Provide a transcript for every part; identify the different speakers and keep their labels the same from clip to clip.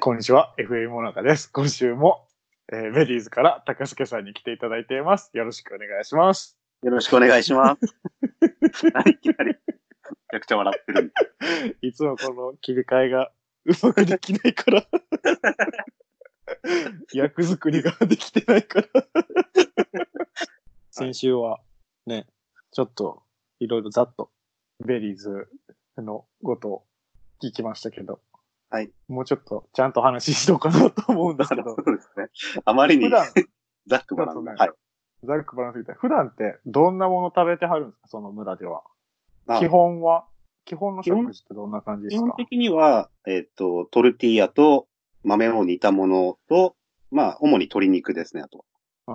Speaker 1: こんにちは。FM もなかです。今週も、えー、メリーズから高助さんに来ていただいています。よろしくお願いします。
Speaker 2: よろしくお願いします。何いきなり。めちゃくちゃ笑ってる。
Speaker 1: いつもこの切り替えがうまくできないから。 役作りができてないから。 先週はね、ちょっといろいろざっとベリーズのことを聞きましたけど。
Speaker 2: はい。
Speaker 1: もうちょっとちゃんと話しようかなと思うんだ
Speaker 2: そ
Speaker 1: け
Speaker 2: う
Speaker 1: ど。
Speaker 2: ですね。あまりに
Speaker 1: 普段、
Speaker 2: ざっくばらんな。はい。
Speaker 1: ざっくばらんすぎて、普段ってどんなもの食べてはるんですかその村では。
Speaker 2: まあ
Speaker 1: 基本は、基本の
Speaker 2: 基本
Speaker 1: 食事ってどんな感じで
Speaker 2: 基
Speaker 1: す
Speaker 2: 本
Speaker 1: か
Speaker 2: 的には、えっ、と、トルティーヤと豆を煮たものと、まあ、主に鶏肉ですね、あと
Speaker 1: ああ
Speaker 2: は。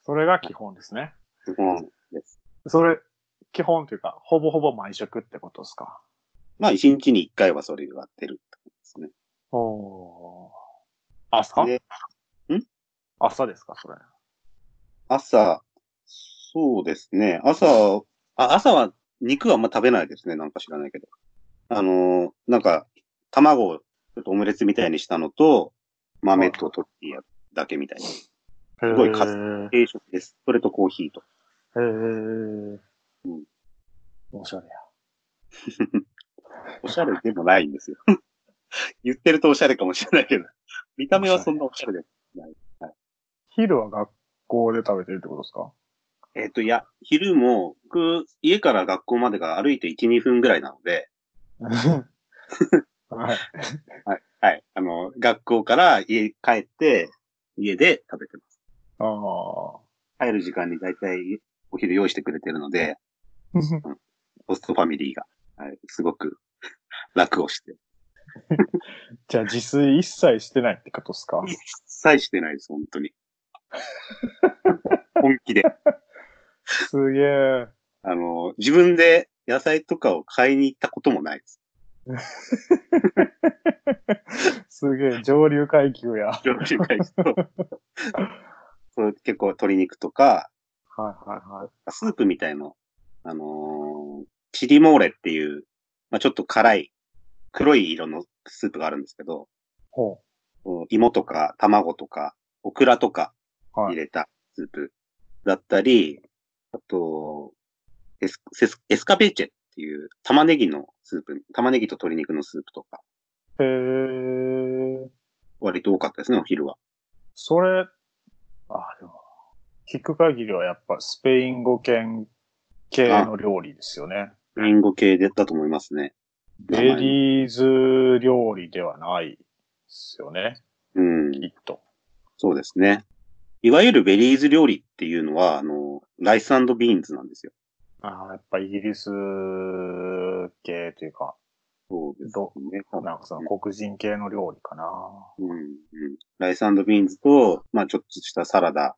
Speaker 1: それが基本ですね。
Speaker 2: 基本です。
Speaker 1: それ、基本というか、ほぼほぼ毎食ってことですか
Speaker 2: まあ、一日に一回はそれをやってるってことですね。
Speaker 1: お朝
Speaker 2: で
Speaker 1: 朝ですかそれ。
Speaker 2: 朝、そうですね。朝、あ朝は肉はあんま食べないですね。なんか知らないけど。あのーなんか、卵をちょっとオムレツみたいにしたのと、豆とトッティーヤだけみたいな。
Speaker 1: す
Speaker 2: ごい数
Speaker 1: へ
Speaker 2: 定食です。それとコーヒーと。
Speaker 1: え。へえ
Speaker 2: うん。
Speaker 1: おしゃれや。
Speaker 2: おしゃれでもないんですよ。 言ってるとおしゃれかもしれないけど、見た目はそんなおしゃれです。
Speaker 1: 昼は学校で食べてるってことですか
Speaker 2: えっ、と、いや、昼も、僕、家から学校までが歩いて1、2分ぐらいなので、
Speaker 1: はい。
Speaker 2: はい。あの、学校から家帰って、家で食べてます
Speaker 1: ああ。
Speaker 2: 帰る時間に大体お昼用意してくれてるので、ホストファミリーが、はい、すごく楽をして。
Speaker 1: じゃあ自炊一切してないってことですか
Speaker 2: 一切してないです、本当に。 本気で。
Speaker 1: すげえ。
Speaker 2: あの、自分で野菜とかを買いに行ったこともないです。
Speaker 1: すげえ、上流階級や。はい
Speaker 2: 上級会議とそう結構鶏肉とか、
Speaker 1: はいはい。
Speaker 2: スープみたいの、あのーチリモーレっていう、まあ、ちょっと辛い、黒い色のスープがあるんですけど、
Speaker 1: ほ
Speaker 2: こう芋とか卵とか、オクラとか、
Speaker 1: う。は
Speaker 2: 入
Speaker 1: い。
Speaker 2: れたスープだったり、あと、エスセスエスカベーチェっていう玉ねぎのスープ、玉ねぎと鶏肉のスープとか、
Speaker 1: へえ。
Speaker 2: 割と多かったですね、お昼は。
Speaker 1: それ、あ、でも、聞く限りはやっぱスペイン語圏系の料理ですよね。
Speaker 2: リンゴ系でだと思いますね。
Speaker 1: ベリーズ料理ではないですよね、
Speaker 2: うん、
Speaker 1: きっと。
Speaker 2: そうですね。いわゆるベリーズ料理っていうのは、あの、ライスビーンズなんですよ。
Speaker 1: ああ、やっぱイギリス系というか、
Speaker 2: そうです
Speaker 1: ど
Speaker 2: ね。
Speaker 1: なんかその黒人系の料理かな。
Speaker 2: うんうん、ライスビーンズと、まあちょっとしたサラダ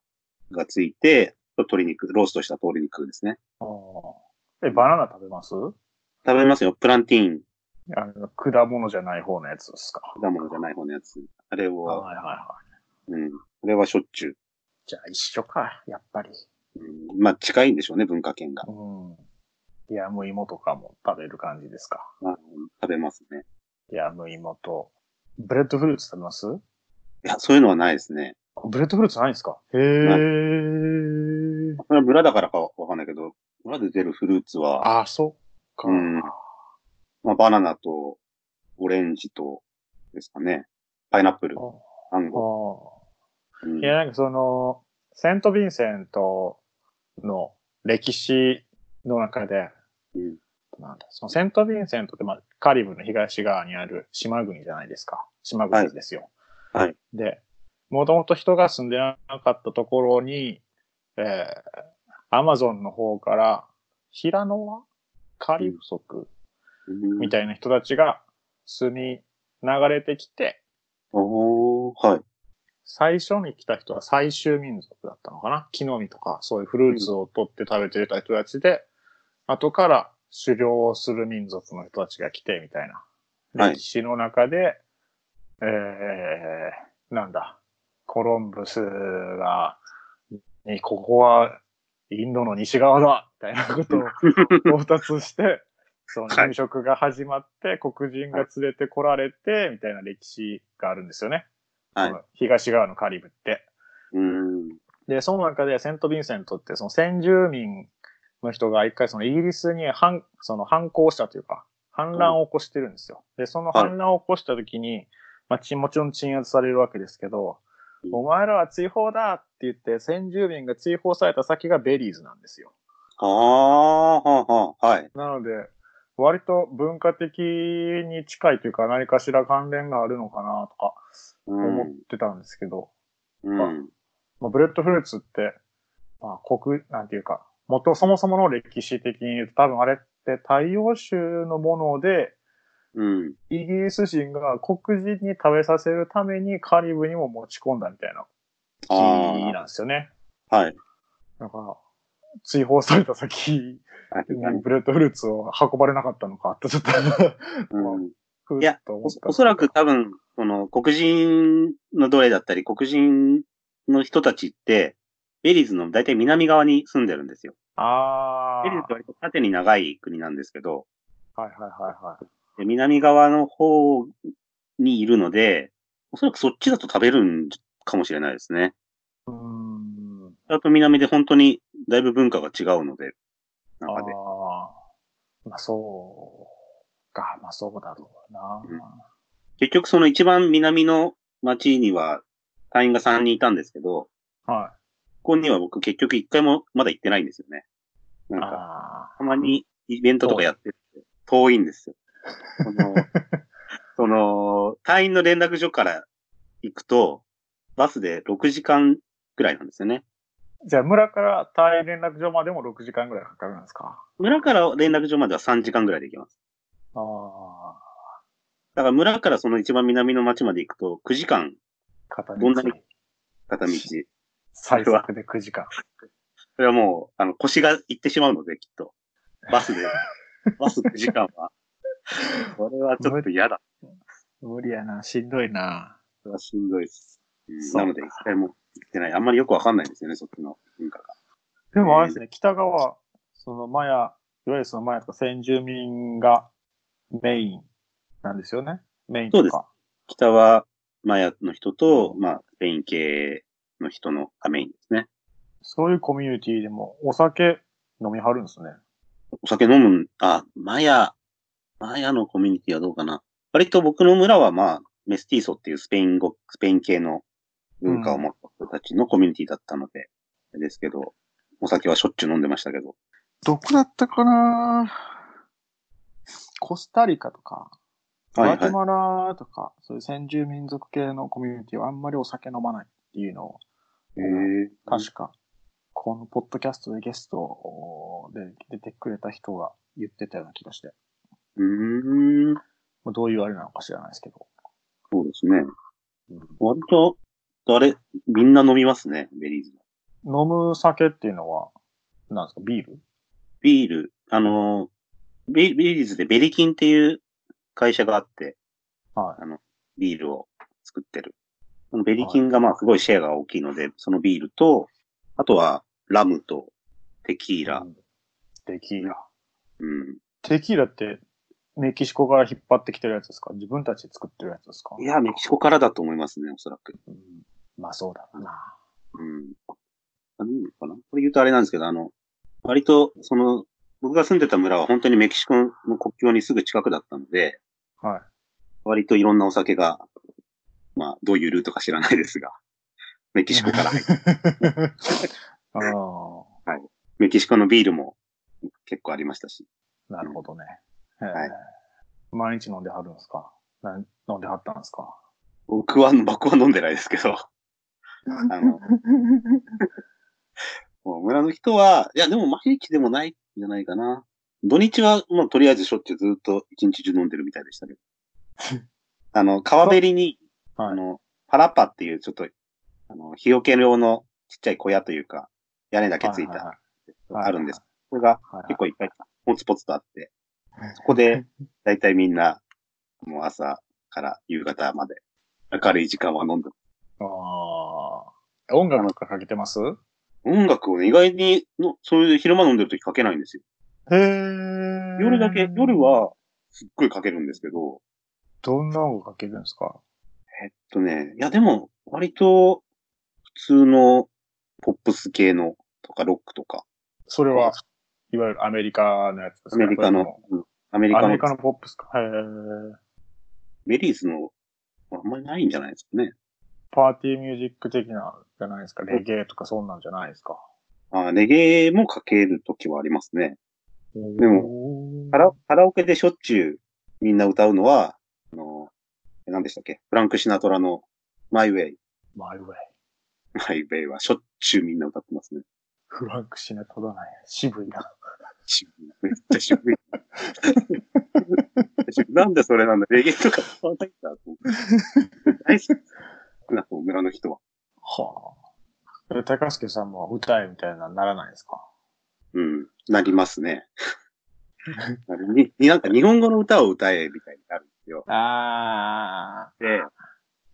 Speaker 2: がついて、鶏肉、ローストした鶏肉ですね。
Speaker 1: あーえ、バナナ食べます
Speaker 2: 食べますよ。プランティーン
Speaker 1: あの、果物じゃない方のやつですか。
Speaker 2: 果物じゃない方のやつ。あれを、
Speaker 1: はいはいはい。
Speaker 2: うん。あれはしょっちゅう。
Speaker 1: じゃあ一緒か、やっぱり。
Speaker 2: うん、まあ、近いんでしょうね、文化圏が。
Speaker 1: うん。ヤムイモとかも食べる感じですか。
Speaker 2: まあ、食べますね。
Speaker 1: ヤムイモと。ブレッドフルーツ食べます
Speaker 2: いや、そういうのはないですね。
Speaker 1: ブレッドフルーツないんですかへー。
Speaker 2: それは村だからかわかんないけど、村で出るフルーツは、
Speaker 1: ああ、そっか。
Speaker 2: うんまあ、バナナと、オレンジと、ですかね。パイナップル、
Speaker 1: あ
Speaker 2: マンゴー。う
Speaker 1: ー
Speaker 2: ん
Speaker 1: いや、なんかその、セント・ヴィンセントの歴史の中で、
Speaker 2: うん
Speaker 1: なんだそのセント・ヴィンセントって、まあ、カリブの東側にある島国じゃないですか。島国ですよ。
Speaker 2: はいはい
Speaker 1: で、もともと人が住んでなかったところに、えー、アマゾンの方から、ヒラノワカリブ族
Speaker 2: うん
Speaker 1: みたいな人たちが住み流れてきて、
Speaker 2: おー、はい。
Speaker 1: 最初に来た人は最終民族だったのかな木の実とか、そういうフルーツを取って食べてた人たちで、後から狩猟をする民族の人たちが来て、みたいな。
Speaker 2: はい
Speaker 1: 歴史の中で、えー、なんだ、コロンブスが、に ここはインドの西側だみたいなことを到達して、その
Speaker 2: はい
Speaker 1: 入植が始まって、黒人が連れてこられて、みたいな歴史があるんですよね。
Speaker 2: はい
Speaker 1: その東側のカリブって。
Speaker 2: うん。
Speaker 1: で、その中でセント・ヴィンセントって、その先住民の人が一回そのイギリスに反、その反抗したというか、反乱を起こしてるんですよ。で、その反乱を起こした時に、まあ、ちもちろん鎮圧されるわけですけど、
Speaker 2: うん
Speaker 1: お前らは追放だって言って、先住民が追放された先がベリーズなんですよ。
Speaker 2: ああ、はあはあ、はい。
Speaker 1: なので、割と文化的に近いというか、何かしら関連があるのかなとか
Speaker 2: う
Speaker 1: 思っ
Speaker 2: ん。
Speaker 1: てたんですけど、
Speaker 2: うん。
Speaker 1: まあ、ブレッドフルーツって、まあ、国、なんていうか、元、そもそもの歴史的に言うと、多分あれって太陽州のもので、
Speaker 2: うん。
Speaker 1: イギリス人が黒人に食べさせるためにカリブにも持ち込んだみたいな
Speaker 2: あ
Speaker 1: 木
Speaker 2: あ
Speaker 1: なんですよね。
Speaker 2: はい。
Speaker 1: だから、追放された先にブレッドフルーツを運ばれなかったのかってちょっと
Speaker 2: うん
Speaker 1: ふ
Speaker 2: いや
Speaker 1: っと思
Speaker 2: お
Speaker 1: ったんですけど
Speaker 2: おそらく多分、その黒人の奴隷だったり、黒人の人たちって、ベリーズの大体南側に住んでるんですよ。
Speaker 1: あ
Speaker 2: ベリーズっ
Speaker 1: ー
Speaker 2: て割と縦に長い国なんですけど、
Speaker 1: はいはいはいはい。
Speaker 2: で南側の方にいるので、おそらくそっちだと食べるんかもしれないですね。
Speaker 1: うーん。
Speaker 2: あと南で本当にだいぶ文化が違うので、
Speaker 1: あ
Speaker 2: 中で。
Speaker 1: ーまあ、そうか。まあ、そうだろうな。
Speaker 2: うん結局その一番南の町には隊員が3人いたんですけど、
Speaker 1: は。
Speaker 2: ここには僕結局一回もまだ行ってないんですよね。ないんか、
Speaker 1: あ
Speaker 2: たまにイベントとかやってて、遠いんですよ。その、その、隊員の連絡所から行くと、バスで6時間ぐらいなんですよね。
Speaker 1: ーじゃあ、村から対連絡所までも6時間ぐらいかかるんですか。
Speaker 2: 村から連絡所までは3時間ぐらいで行きます。
Speaker 1: ああ。
Speaker 2: だから村からその一番南の町まで行くと9時間
Speaker 1: 片道
Speaker 2: どんなに片道。
Speaker 1: 最速で9時間。
Speaker 2: それはもう、あの、腰が行ってしまうので、きっと。バス で。バス9時間は。これはちょっと嫌だ。
Speaker 1: 無理やな。しんどいな。
Speaker 2: それはしんどいです。うん
Speaker 1: そう
Speaker 2: な
Speaker 1: か
Speaker 2: ので、一回も行ってない。あんまりよくわかんないんですよね、そっちの文化が。
Speaker 1: でもあれですね、北側、そのマヤ、いわゆるそのマヤとか先住民がメインなんですよね。メインとか。
Speaker 2: そうです北は、マヤの人と、まあ、スペイン系の人のためにですね。
Speaker 1: そういうコミュニティでもお酒飲みはるんですね。
Speaker 2: お酒飲むん、あ、マヤ、マヤのコミュニティはどうかな。割と僕の村は、まあ、メスティーソっていうスペイン語、スペイン系の文化を持った人たちのコミュニティだったので、あれですけど、お酒はしょっちゅう飲んでましたけど。
Speaker 1: どこだったかなコスタリカとか、
Speaker 2: はいは
Speaker 1: ガ
Speaker 2: い
Speaker 1: テマラとか、そういう先住民族系のコミュニティはあんまりお酒飲まないっていうのを、
Speaker 2: へー
Speaker 1: 確か、このポッドキャストでゲストで出てくれた人が言ってたような気がして、
Speaker 2: うーん。
Speaker 1: まあどういうあれなのか知らないですけど。
Speaker 2: そうですね。
Speaker 1: うん
Speaker 2: 割と、誰、みんな飲みますね、ベリーズは。
Speaker 1: 飲む酒っていうのは、なんですかビール
Speaker 2: ビール、あのー、ベベリーズでベリキンっていう会社があって、
Speaker 1: は
Speaker 2: ビールを作ってる。そのベリキンがまあすごいシェアが大きいので、そのビールと、あとはラムとテキ
Speaker 1: い。
Speaker 2: ーラ。
Speaker 1: テキーラ。
Speaker 2: うん。
Speaker 1: テキーラって、メキシコから引っ張ってきてるやつですか自分たちで作ってるやつですか
Speaker 2: いや、メキシコからだと思いますね、おそらく。
Speaker 1: うんまあそうだろうな。
Speaker 2: うん。あいいのかなこれ言うとあれなんですけど、あの、割と、その、僕が住んでた村は本当にメキシコの国境にすぐ近くだったので、
Speaker 1: はい。
Speaker 2: 割といろんなお酒が、まあ、どういうルートか知らないですが、メキシコから入って
Speaker 1: ああ、
Speaker 2: メキシコのビールも結構ありましたし。
Speaker 1: なるほどね。
Speaker 2: は
Speaker 1: え
Speaker 2: い
Speaker 1: ー毎日飲んではるんですかなん飲んではったんですか
Speaker 2: 僕は、僕は飲んでないですけど。 あの、もう村の人は、いや、でも毎日でもないんじゃないかな。土日は、もうとりあえずしょっちゅうずっと一日中飲んでるみたいでし たけど。あの、川べりに、あ
Speaker 1: はい。
Speaker 2: の、パラッパっていうちょっと、あの、日よけ用のちっちゃい小屋というか、屋根だけついた、
Speaker 1: はい
Speaker 2: あるんです。これが
Speaker 1: はいはい
Speaker 2: 結構いっぱいポツポツとあって、そこで、だいたいみんな、もう朝から夕方まで、明るい時間は飲んで
Speaker 1: ああ。音楽とかかけてますへ
Speaker 2: 音楽をね、意外にの、そういう昼間飲んでる時かけないんですよ。
Speaker 1: え。
Speaker 2: 夜だけ、夜。は、すっごいかけるんですけど、
Speaker 1: どんな音楽かけるんですか
Speaker 2: えっとね、いやでも、割と、普通の、ポップス系の、とか、ロックとか、
Speaker 1: それは、いわゆるアメリカのやつですか
Speaker 2: ア
Speaker 1: ね
Speaker 2: メリカの、うんアメリ
Speaker 1: ア
Speaker 2: カ
Speaker 1: メ
Speaker 2: の
Speaker 1: リ、カのポップスか。へー
Speaker 2: ベリーズの、あんまりないんじゃないですかね。
Speaker 1: パーティーミュージック的な、じゃないですか。レゲエとかそんなんじゃないですか。
Speaker 2: あレゲエもかけるときはありますね。
Speaker 1: で
Speaker 2: も、カラカラオケでしょっちゅうみんな歌うのは、あの、何でしたっけフランク・シナトラのマイ・ウェイ。
Speaker 1: マイウェイ。
Speaker 2: マイ・ウェイはしょっちゅうみんな歌ってますね。
Speaker 1: フランクシナトラない。渋いな。
Speaker 2: 渋いめっちゃ渋い。なんでそれなんだレゲエとか歌わないんだと思って大好きな村の人は。
Speaker 1: はあ。え高助さんも歌えみたいなのならないですか
Speaker 2: うん、なりますね。なるにになんか日本語の歌を歌えみたいになるんですよ。
Speaker 1: あ
Speaker 2: で、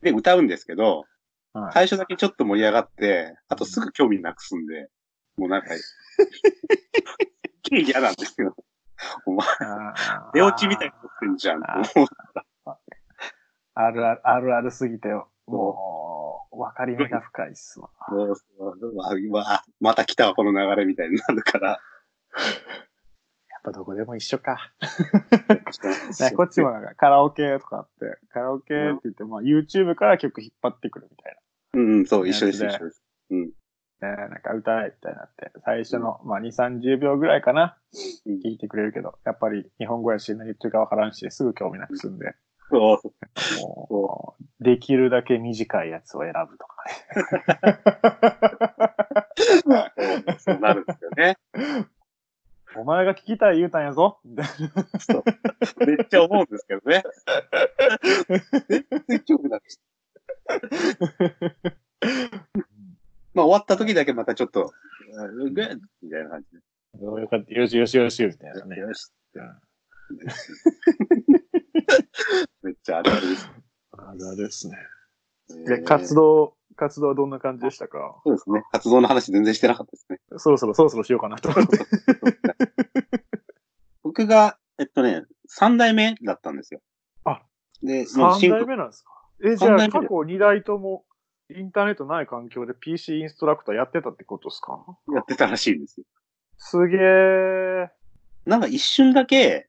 Speaker 2: で、歌うんですけど、
Speaker 1: あ。はい。
Speaker 2: 最初だけちょっと盛り上がって、あとすぐ興味なくすんで、もうなんか、嫌なんですよ。お前、
Speaker 1: あー
Speaker 2: 出落ちみたいになってんじゃん。
Speaker 1: あ
Speaker 2: もう
Speaker 1: あるある、あるあるすぎて、もう、わかりみが深いっすわ。
Speaker 2: もうそううわうわまた来たわ、この流れみたいになるから。
Speaker 1: やっぱどこでも一緒か。
Speaker 2: ね
Speaker 1: ね、こっちも。なんかカラオケとかあって、カラオケって言って、まあ YouTube から曲引っ張ってくるみたい
Speaker 2: うん、そう、一緒です、
Speaker 1: ね
Speaker 2: 一緒です。
Speaker 1: な。ね、なんか歌えみたいになって、最初の、まあ2、30秒ぐらいかな。
Speaker 2: うん
Speaker 1: 聞いてくれるけど、やっぱり日本語やし、何言ってるかわからんし、すぐ興味なくすんで、
Speaker 2: そうそう
Speaker 1: もう、できるだけ短いやつを選ぶと か
Speaker 2: そう、そうなるんですよね。
Speaker 1: ね。お前が聞きたい言うたんや ぞ。みたいな
Speaker 2: めっちゃ思うんですけどね。全然興味なくてまあ終わった時だけまたちょっと、うんみたいな感じで。
Speaker 1: よかったよしよしよし、みたいなね。
Speaker 2: よし
Speaker 1: うん
Speaker 2: めっちゃあるあるです。
Speaker 1: あるあるですね。
Speaker 2: え
Speaker 1: で、
Speaker 2: ー
Speaker 1: 活動、活動はどんな感じでしたか
Speaker 2: そうですね。活動の話全然してなかったですね。
Speaker 1: そろそろ、そろそろしようかなと思って。
Speaker 2: 僕が、えっとね、三代目だったんですよ。
Speaker 1: あ
Speaker 2: で、もう
Speaker 1: 3
Speaker 2: 新
Speaker 1: 代目なんですかえ、じゃ
Speaker 2: 三
Speaker 1: あ
Speaker 2: 代目
Speaker 1: 過去2代ともインターネットない環境で PC インストラクターやってたってことですか
Speaker 2: やってたらしいんですよ。
Speaker 1: すげー。
Speaker 2: なんか一瞬だけ、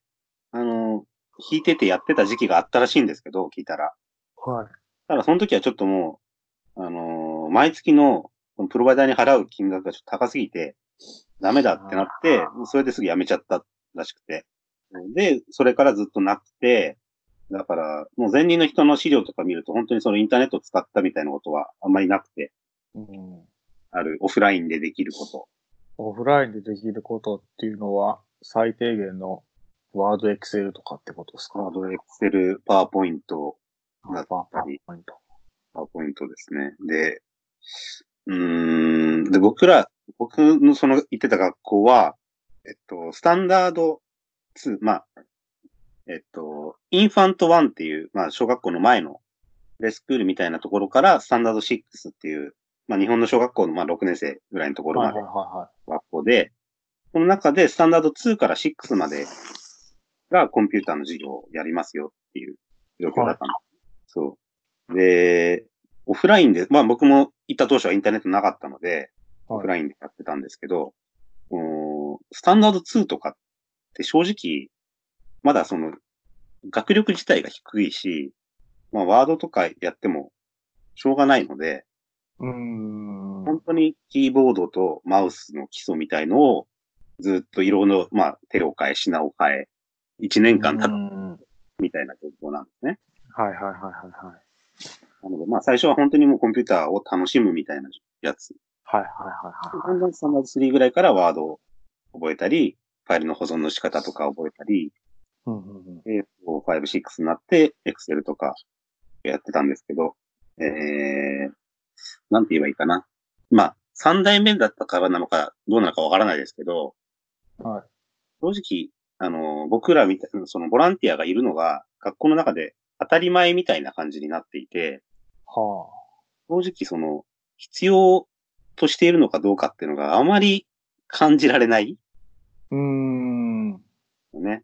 Speaker 2: あの、弾いててやってた時期があったらしいんですけど、聞いたら。
Speaker 1: はい。
Speaker 2: ただその時はちょっともう、あのー毎月のこのプロバイダーに払う金額がちょっと高すぎて、ダメだってなって、もうそれですぐ辞めちゃったらしくて。で、それからずっとなくて、だから、もう前任の人の資料とか見ると、本当にそのインターネットを使ったみたいなことはあんまりなくて、
Speaker 1: うん、
Speaker 2: ある、オフラインでできること。
Speaker 1: オフラインでできることっていうのは、最低限のワード、エクセルとかってことですか
Speaker 2: ワード、エクセル、パワーポイント、
Speaker 1: あパワーポイント。
Speaker 2: パワーポイントですね。で、うーん、で、僕ら、僕のその行ってた学校は、えっと、スタンダード2、まあ、えっと、インファント1っていう、まあ、小学校の前のレスクールみたいなところから、スタンダード6っていう、まあ、日本の小学校の、まあ、6年生ぐらいのところ
Speaker 1: はい
Speaker 2: ま
Speaker 1: はい
Speaker 2: で
Speaker 1: はいは
Speaker 2: 学校で、この中でスタンダード2から6までがコンピューターの授業をやりますよっていう状況だったの。そう。で、オフラインで、まあ僕も行った当初はインターネットなかったので、
Speaker 1: はい
Speaker 2: オフラインでやってたんですけど、うーんスタンダード2とかって正直、まだその、学力自体が低いし、まあワードとかやってもしょうがないので、
Speaker 1: い。うーん。
Speaker 2: 本当にキーボードとマウスの基礎みたいのをずっと色の、まあ、手を変え、品を変え、1年間経
Speaker 1: う
Speaker 2: っ
Speaker 1: んはい
Speaker 2: みたいな状況なんですね。
Speaker 1: はいはいはいはい。
Speaker 2: なので、まあ、最初は本当にもうコンピューターを楽しむみたいなやつ。
Speaker 1: はいはいはいはい
Speaker 2: だんだんスタンダード3ぐらいからワードを覚えたり、ファイルの保存の仕方とか覚えたり、
Speaker 1: うんうんうん。
Speaker 2: で、こう5、6になって、Excel とかやってたんですけど、えー、なんて言えばいいかな。まあ、3代目だったからなのか、どうなのかわからないですけど、
Speaker 1: はい。
Speaker 2: 正直、あの、僕らみたいな、そのボランティアがいるのが、学校の中で当たり前みたいな感じになっていて、
Speaker 1: は
Speaker 2: 正直その、必要としているのかどうかっていうのがあまり感じられない
Speaker 1: あ。うーん。
Speaker 2: よね。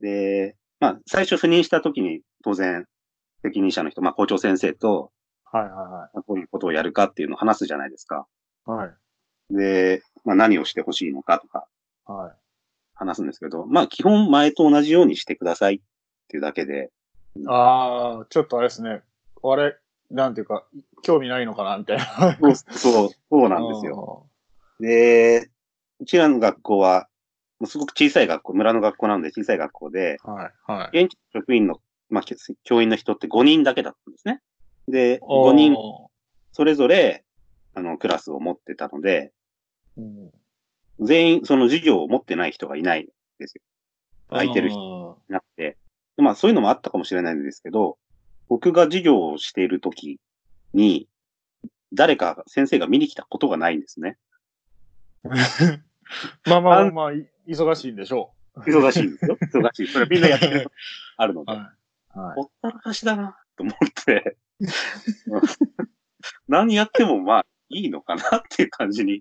Speaker 2: で、まあ、最初赴任した時に、当然、責任者の人、まあ、校長先生と、
Speaker 1: はいは
Speaker 2: まあどういうことをやるかっていうのを話すじゃないですか。
Speaker 1: いはい。はい。
Speaker 2: で、まあ、何をしてほしいのかとか
Speaker 1: は
Speaker 2: 話すんですけど、まあ、基本前と同じようにしてくださいっていうだけで、
Speaker 1: い。ああ、ちょっとあれですね。あれ、なんていうか、興味ないのかなみたいな。
Speaker 2: そう、そうそうなんですよ。
Speaker 1: よ。
Speaker 2: で、うちらの学校は、もうすごく小さい学校、村の学校なので小さい学校で、
Speaker 1: はいはい。
Speaker 2: 現地の職員の、まあ、き教員の人って5人だけだったんですね。で、5人
Speaker 1: お
Speaker 2: それぞれ、あの、クラスを持ってたので、
Speaker 1: ー。うん
Speaker 2: 全員その授業を持ってない人がいないんですよ。空いてる人
Speaker 1: 人。
Speaker 2: なくて。まあそういうのもあったかもしれないんですけど、僕が授業をしている時に、誰か先生が見に来たことがないんですね。
Speaker 1: まあまあまあまあ、い忙しいんでしょ
Speaker 2: 忙しいんです よ。忙しい。それはみんなやって ることあるの
Speaker 1: う。
Speaker 2: で。
Speaker 1: い。はい
Speaker 2: ほったらかしだな、と思って。 何やってもまあ、いいのかなっていう感じに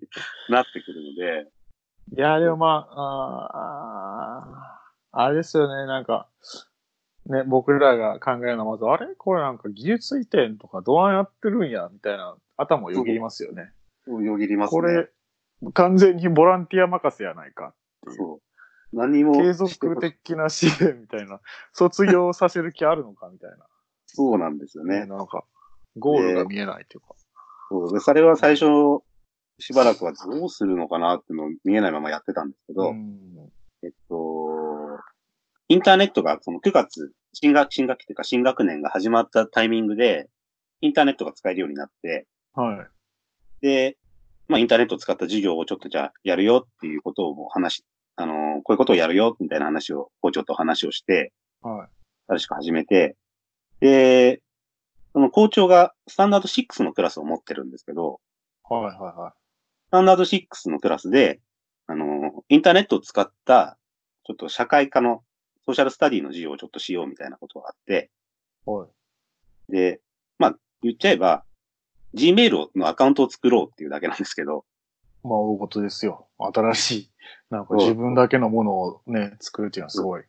Speaker 2: なってくるの で、
Speaker 1: いや、でもまあ、あーあれですよね、なんか、ね、僕らが考えるのはまず、あれこれなんか技術移転とかどうやってるんや、みたいな頭をよぎりますよね。
Speaker 2: よぎりますね。
Speaker 1: これ、完全にボランティア任せやないか。
Speaker 2: そう。何も。
Speaker 1: 継続。的な支援みたいな。卒業させる気あるのか、みたい
Speaker 2: そうなんですよ
Speaker 1: な。
Speaker 2: ね。
Speaker 1: なんか、ゴールが見えないというか。
Speaker 2: そうで、それは最初、しばらくはどうするのかなっていうのを見えないままやってたんですけど、
Speaker 1: うん
Speaker 2: えっと、インターネットがその9月、新学、新学期というか新学年が始まったタイミングで、インターネットが使えるようになって、
Speaker 1: はい。
Speaker 2: で、まあインターネットを使った授業をちょっとじゃあやるよっていうことをもう話し、あの、こういうことをやるよみたいな話を、校長と話をして、
Speaker 1: はい。
Speaker 2: 新しく始めて、で、その校長がスタンダード6のクラスを持ってるんですけど、
Speaker 1: はい、はい、はい。
Speaker 2: スタンダード6のクラスで、あの、インターネットを使った、ちょっと社会科のソーシャルスタディの授業をちょっとしようみたいなことがあって、
Speaker 1: はい。
Speaker 2: で、まあ、言っちゃえば、Gmail のアカウントを作ろうっていうだけなんですけど、
Speaker 1: まあ、大事ですよ。新しい。なんか
Speaker 2: そう
Speaker 1: 自分だけのものをね、作るっていうのはすごい。うん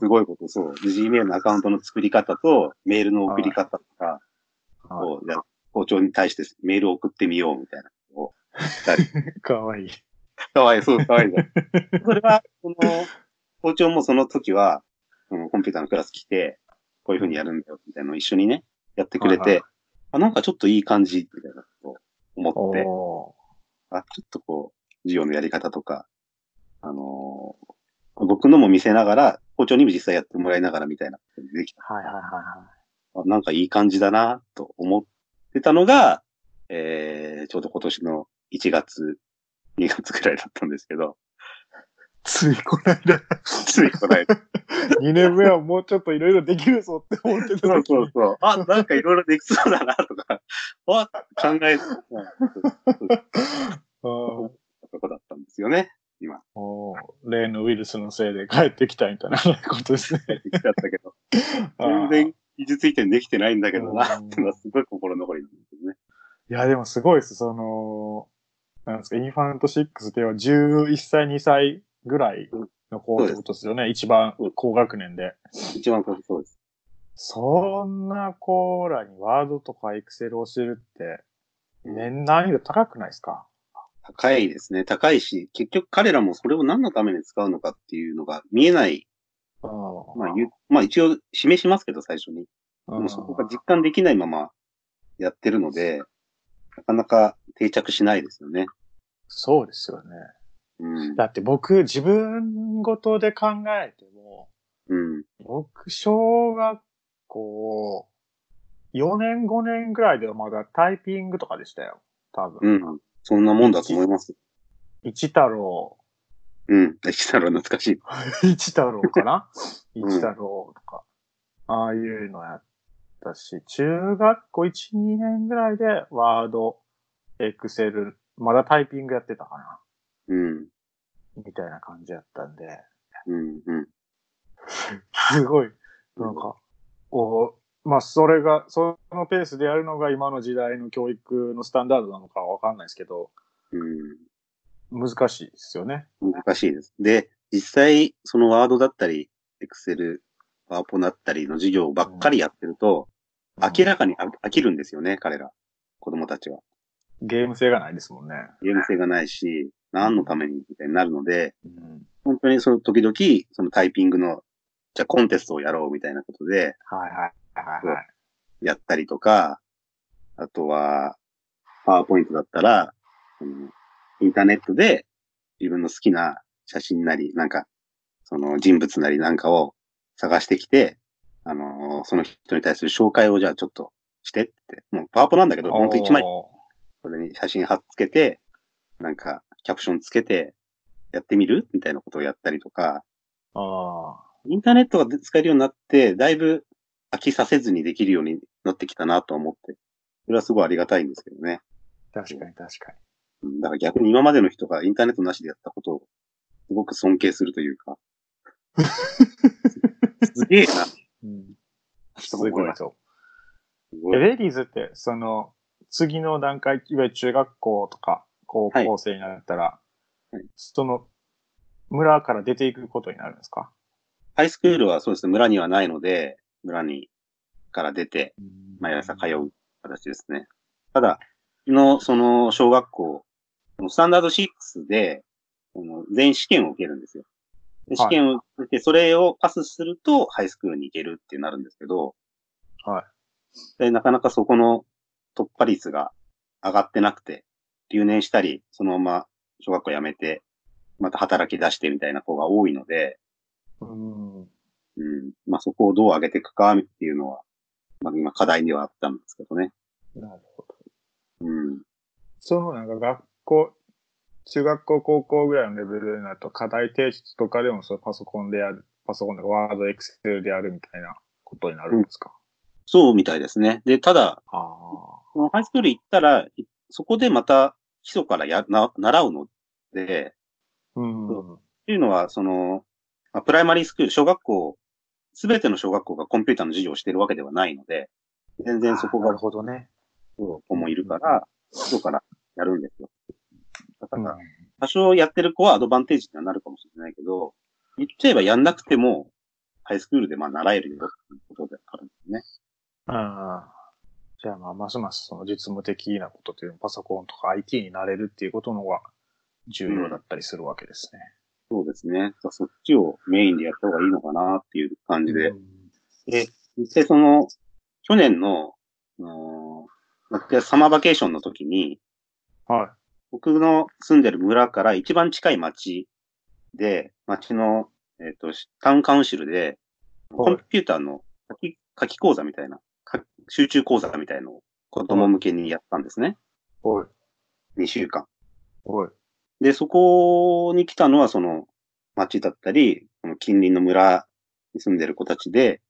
Speaker 2: すごいこと、そう。Gmail のアカウントの作り方と、メールの送り方とか、
Speaker 1: は
Speaker 2: こうじゃあ校長に対してメールを送ってみようみたいなことをしたり
Speaker 1: いかわいい。
Speaker 2: かわいそう、かわ いそう。それは、その、校長もその時は、うん、コンピューターのクラス来て、こういう風にやるんだよ、みたいなのを一緒にね、やってくれて、
Speaker 1: はいはい
Speaker 2: あ、なんかちょっといい感じ、みたいなことを思って、
Speaker 1: お
Speaker 2: あ、ちょっとこう、授業のやり方とか、あのー僕のも見せながら、校長にも実際やってもらいながらみたいなことでできた。
Speaker 1: はいはいはい
Speaker 2: あなんかいい感じだな、と思ってたのが、えー、ちょうど今年の1月、2月くらいだったんですけど、
Speaker 1: ついこの間、
Speaker 2: ついこない
Speaker 1: 2年目はもうちょっといろいろできるぞって思ってた
Speaker 2: そう
Speaker 1: 時
Speaker 2: そう
Speaker 1: に。
Speaker 2: そう。あ、なんかいろいろできそうだなとか、 あ、考えた
Speaker 1: うん
Speaker 2: とこだったんですよね。今、
Speaker 1: おー例のウイルスのせいで帰ってきたみたいなことですね。
Speaker 2: 帰 ってきちゃった けど、
Speaker 1: あ
Speaker 2: 全
Speaker 1: ー
Speaker 2: 然技術移転できてないんだけどな、
Speaker 1: うん
Speaker 2: っていうのはすごい心残りなんですよね。
Speaker 1: いや、でもすごいです。その、なんですか、インファント6っていうのは11歳、2歳ぐらいの子ってことですよね。一番高学年で。
Speaker 2: 一番そうです。
Speaker 1: そんな子らにワードとかエクセルを知るって、年難易度高くないですか
Speaker 2: 高いですね。高いし、結局彼らもそれを何のために使うのかっていうのが見えない。
Speaker 1: うん。
Speaker 2: まあ、ゆまあ一応示しますけど、最初に。で
Speaker 1: う
Speaker 2: も
Speaker 1: ん
Speaker 2: そこが実感できないままやってるので、なかなか定着しないですよね。
Speaker 1: そうですよね。
Speaker 2: うん。
Speaker 1: だって僕、自分ごとで考えても、
Speaker 2: うん。
Speaker 1: 僕、小学校、4年5年ぐらいではまだタイピングとかでしたよ。多分。
Speaker 2: うん。そんなもんだと思います。
Speaker 1: 一太郎、
Speaker 2: うん。石太郎懐かし い。
Speaker 1: 一太郎かな
Speaker 2: うん
Speaker 1: 一太郎とか、ああいうのやったし、中学校1、2年ぐらいでワード、エクセル、まだタイピングやってたかな
Speaker 2: うん。
Speaker 1: みたいな感じやったんで、
Speaker 2: うん。うん。
Speaker 1: すごい、なんか、こう、まあ、それが、そのペースでやるのが今の時代の教育のスタンダードなのかはわかんないですけど、
Speaker 2: う
Speaker 1: 難しいですよね。
Speaker 2: ん。難しいです。で、実際、そのワードだったり、エクセル、ワーポなったりの授業ばっかりやってると、明らかに飽飽きるんですよね、彼ら。子供たちは。
Speaker 1: ゲーム性がないですもんね。
Speaker 2: ゲーム性がないし、何のためにみたいになるので、
Speaker 1: うん。
Speaker 2: 本当にその時々、そのタイピングの、じゃあコンテストをやろうみたいなことで、
Speaker 1: はいはいはいはい。
Speaker 2: やったりとか、あとは、パワーポイントだったら、そのインターネットで自分の好きな写真なり、なんか、その人物なりなんかを探してきて、あのーその人に対する紹介をじゃあちょっとしてって、もうパワーポなんだけど、本当一枚
Speaker 1: お
Speaker 2: それに写真貼っつけて、なんかキャプションつけてやってみるみたいなことをやったりとか、
Speaker 1: ーあ
Speaker 2: インターネットが使えるようになって、だいぶ飽きさせずにできるようになってきたなとは思って、それはすごいありがたいんですけどね。
Speaker 1: ー確かに確かに。
Speaker 2: うんだから逆に今までの人がインターネットなしでやったことを、すごく尊敬するというか。すげえな。す
Speaker 1: うん。すごいと。
Speaker 2: ご
Speaker 1: え
Speaker 2: い。
Speaker 1: レディーズって、その、次の段階、いわゆる中学校とか、高校生になったら、
Speaker 2: はい
Speaker 1: その、村から出ていくことになるんですか、
Speaker 2: ハイスクールはそうですね、村にはないので、村に、から出て、毎朝通う形ですね。ただ、うちの、その、小学校、スタンダード6で、あの全試験を受けるんですよ。で
Speaker 1: はい
Speaker 2: 試験を受けて、それをパスすると、ハイスクールに行けるってなるんですけど、
Speaker 1: はい。
Speaker 2: で、なかなかそこの突破率が上がってなくて、留年したり、そのまま小学校辞めて、また働き出してみたいな子が多いので、
Speaker 1: うん。
Speaker 2: うん。まあ、そこをどう上げていくかっていうのは、まあ、今課題ではあったんですけどね。
Speaker 1: なるほど。
Speaker 2: うん。
Speaker 1: そのなんか学校、中学校、高校ぐらいのレベルになると、課題提出とかでもそのパソコンでやる、パソコンとかワード、エクセルでやるみたいなことになるんですか、
Speaker 2: そうみたいですね。で、ただ、
Speaker 1: あ
Speaker 2: このハイスクール行ったら、いそこでまた基礎からや、な、習うので、
Speaker 1: あ。うん。
Speaker 2: っていうのは、その、まあ、プライマリースクール、小学校、すべての小学校がコンピューターの授業をしているわけではないので、全然そこ
Speaker 1: な
Speaker 2: が
Speaker 1: るほどね。
Speaker 2: 子もいるから、基礎からやるんですよ。だから、
Speaker 1: うん
Speaker 2: 多少やってる子はアドバンテージにはなるかもしれないけど、言っちゃえばやんなくても、ハイスクールでまあ習えるよっていうことであるんですね。
Speaker 1: ああ。じゃあまあ、ますますその実務的なことというのはパソコンとか IT になれるっていうことの方が重要だったりするわけですね。
Speaker 2: そうですね。そっちをメインでやった方がいいのかなっていう感じで。実際その、去年の、あのーサマーバケーションの時に、
Speaker 1: は
Speaker 2: 僕の住んでる村から一番近い町で、町の、えっ、と、タウンカウンシルで、
Speaker 1: い。
Speaker 2: コンピューターの書き書き講座みたいな、か集中講座みたいのを子供向けにやったんですね。
Speaker 1: おい。
Speaker 2: 2週間。
Speaker 1: おい。
Speaker 2: で、そこに来たのは、その、町だったり、その近隣の村に住んでる子たちで、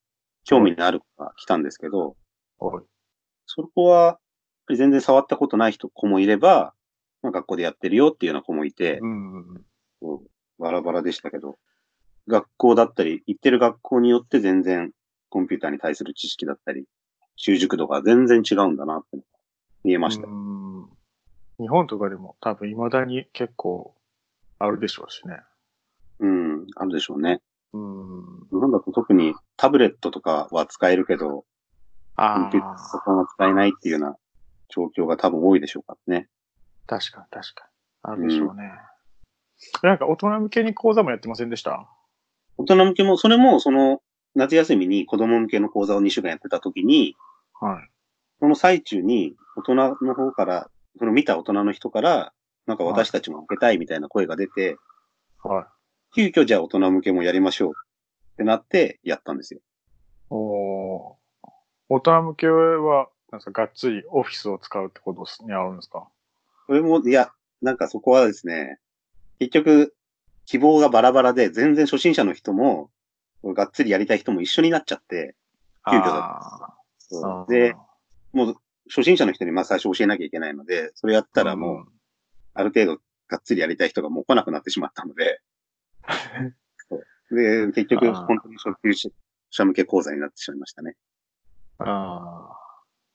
Speaker 2: 興味のある子が来たんですけど、
Speaker 1: おい。
Speaker 2: そこは、やっぱり全然触ったことない人、子もいれば、まあ、学校でやってるよっていうような子もいて
Speaker 1: う、んうんうん。
Speaker 2: こうバラバラでしたけど、学校だったり、行ってる学校によって全然、コンピューターに対する知識だったり、習熟度が全然違うんだなって、見えました。
Speaker 1: うん日本とかでも多分未だに結構あるでしょうしね。
Speaker 2: うん、あるでしょうね。
Speaker 1: うん。
Speaker 2: 日本だと特にタブレットとかは使えるけど、コン
Speaker 1: あ
Speaker 2: ピューター、パソ
Speaker 1: あ。
Speaker 2: コンは使えないっていうような状況が多分多いでしょうからね。
Speaker 1: 確かに確かに。あるでしょうね。なんか大人向けに講座もやってませんでした
Speaker 2: 大人向けも、それもその夏休みに子供向けの講座を2週間やってた時に、
Speaker 1: はい。
Speaker 2: その最中に大人の方から、その見た大人の人から、なんか私たちも受けたいみたいな声が出て、
Speaker 1: はい。
Speaker 2: 急遽じゃあ大人向けもやりましょうってなってやったんですよ。
Speaker 1: おー大人向けは、なんですか、がっつりオフィスを使うってことにあるんですか
Speaker 2: それも、いや、なんかそこはですね、結局、希望がバラバラで、全然初心者の人も、がっつりやりたい人も一緒になっちゃって、急遽
Speaker 1: だあー
Speaker 2: で、、もう、初心者の人にまあ最初教えなきゃいけないので、それやったらもう、ある程度、がっつりやりたい人がもう来なくなってしまったので、そうで、結局、
Speaker 1: あー
Speaker 2: 本当に初級者向け講座になってしまいましたね。
Speaker 1: うん、あ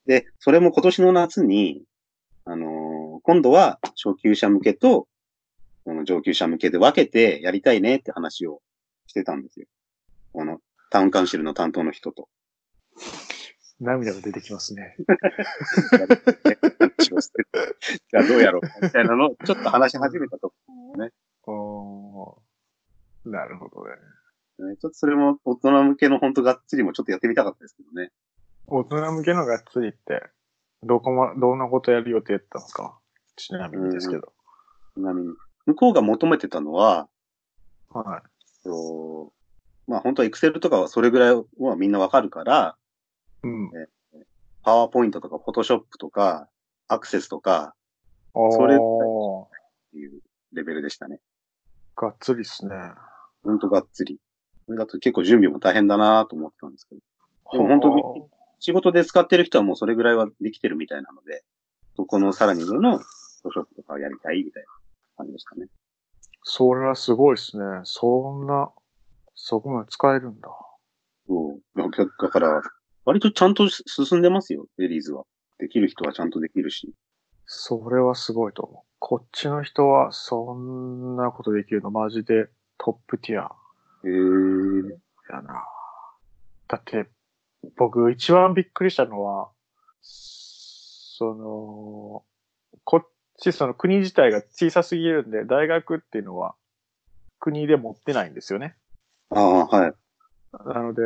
Speaker 2: で、それも今年の夏に、あのー今度は初級者向けと、その上級者向けで分けてやりたいねって話をしてたんですよ。
Speaker 1: ー
Speaker 2: この、タウンカウンシルの担当の 人と。
Speaker 1: 涙が出てきますね。
Speaker 2: 話をしてじゃあどうやろうみたいなのをちょっと話し始めたと
Speaker 1: おーなるほどね。
Speaker 2: こ、ね。ちょっとそれも大人向けのほんとがっつりもちょっとやってみたかったですけどね。
Speaker 1: 大人向けのがっつりって、どこも、どんなことやる予定だったんですかちなみにですけど。
Speaker 2: ちなみに。向こうが求めてたのは、
Speaker 1: はい。
Speaker 2: えっとまあ本当は Excel とかはそれぐらいはみんなわかるから、
Speaker 1: うん。
Speaker 2: PowerPoint とか Photoshop とか、アクセスとか
Speaker 1: そ
Speaker 2: れ
Speaker 1: おー
Speaker 2: っていうレベルでしたね。
Speaker 1: がっつりっすね。
Speaker 2: ほんとがっつり。それだと結構準備も大変だなと思ってたんですけど。でも本当に
Speaker 1: ほ
Speaker 2: 仕事で使ってる人はもうそれぐらいはできてるみたいなので、そこのさらに上のフォトショップとかをやりたいみたいな感じでしたね。
Speaker 1: それはすごいっすね。そんな、そこまで使えるんだ。
Speaker 2: そう。だからだから、割とちゃんと進んでますよ、エリーズは。できる人はちゃんとできるし。
Speaker 1: それはすごいと思う。こっちの人は、そんなことできるの、マジでトップティア
Speaker 2: へえ。
Speaker 1: やな。だって、僕一番びっくりしたのは、その、こっち、その国自体が小さすぎるんで、大学っていうのは国で持ってないんですよね。
Speaker 2: ああ、はい。
Speaker 1: なので、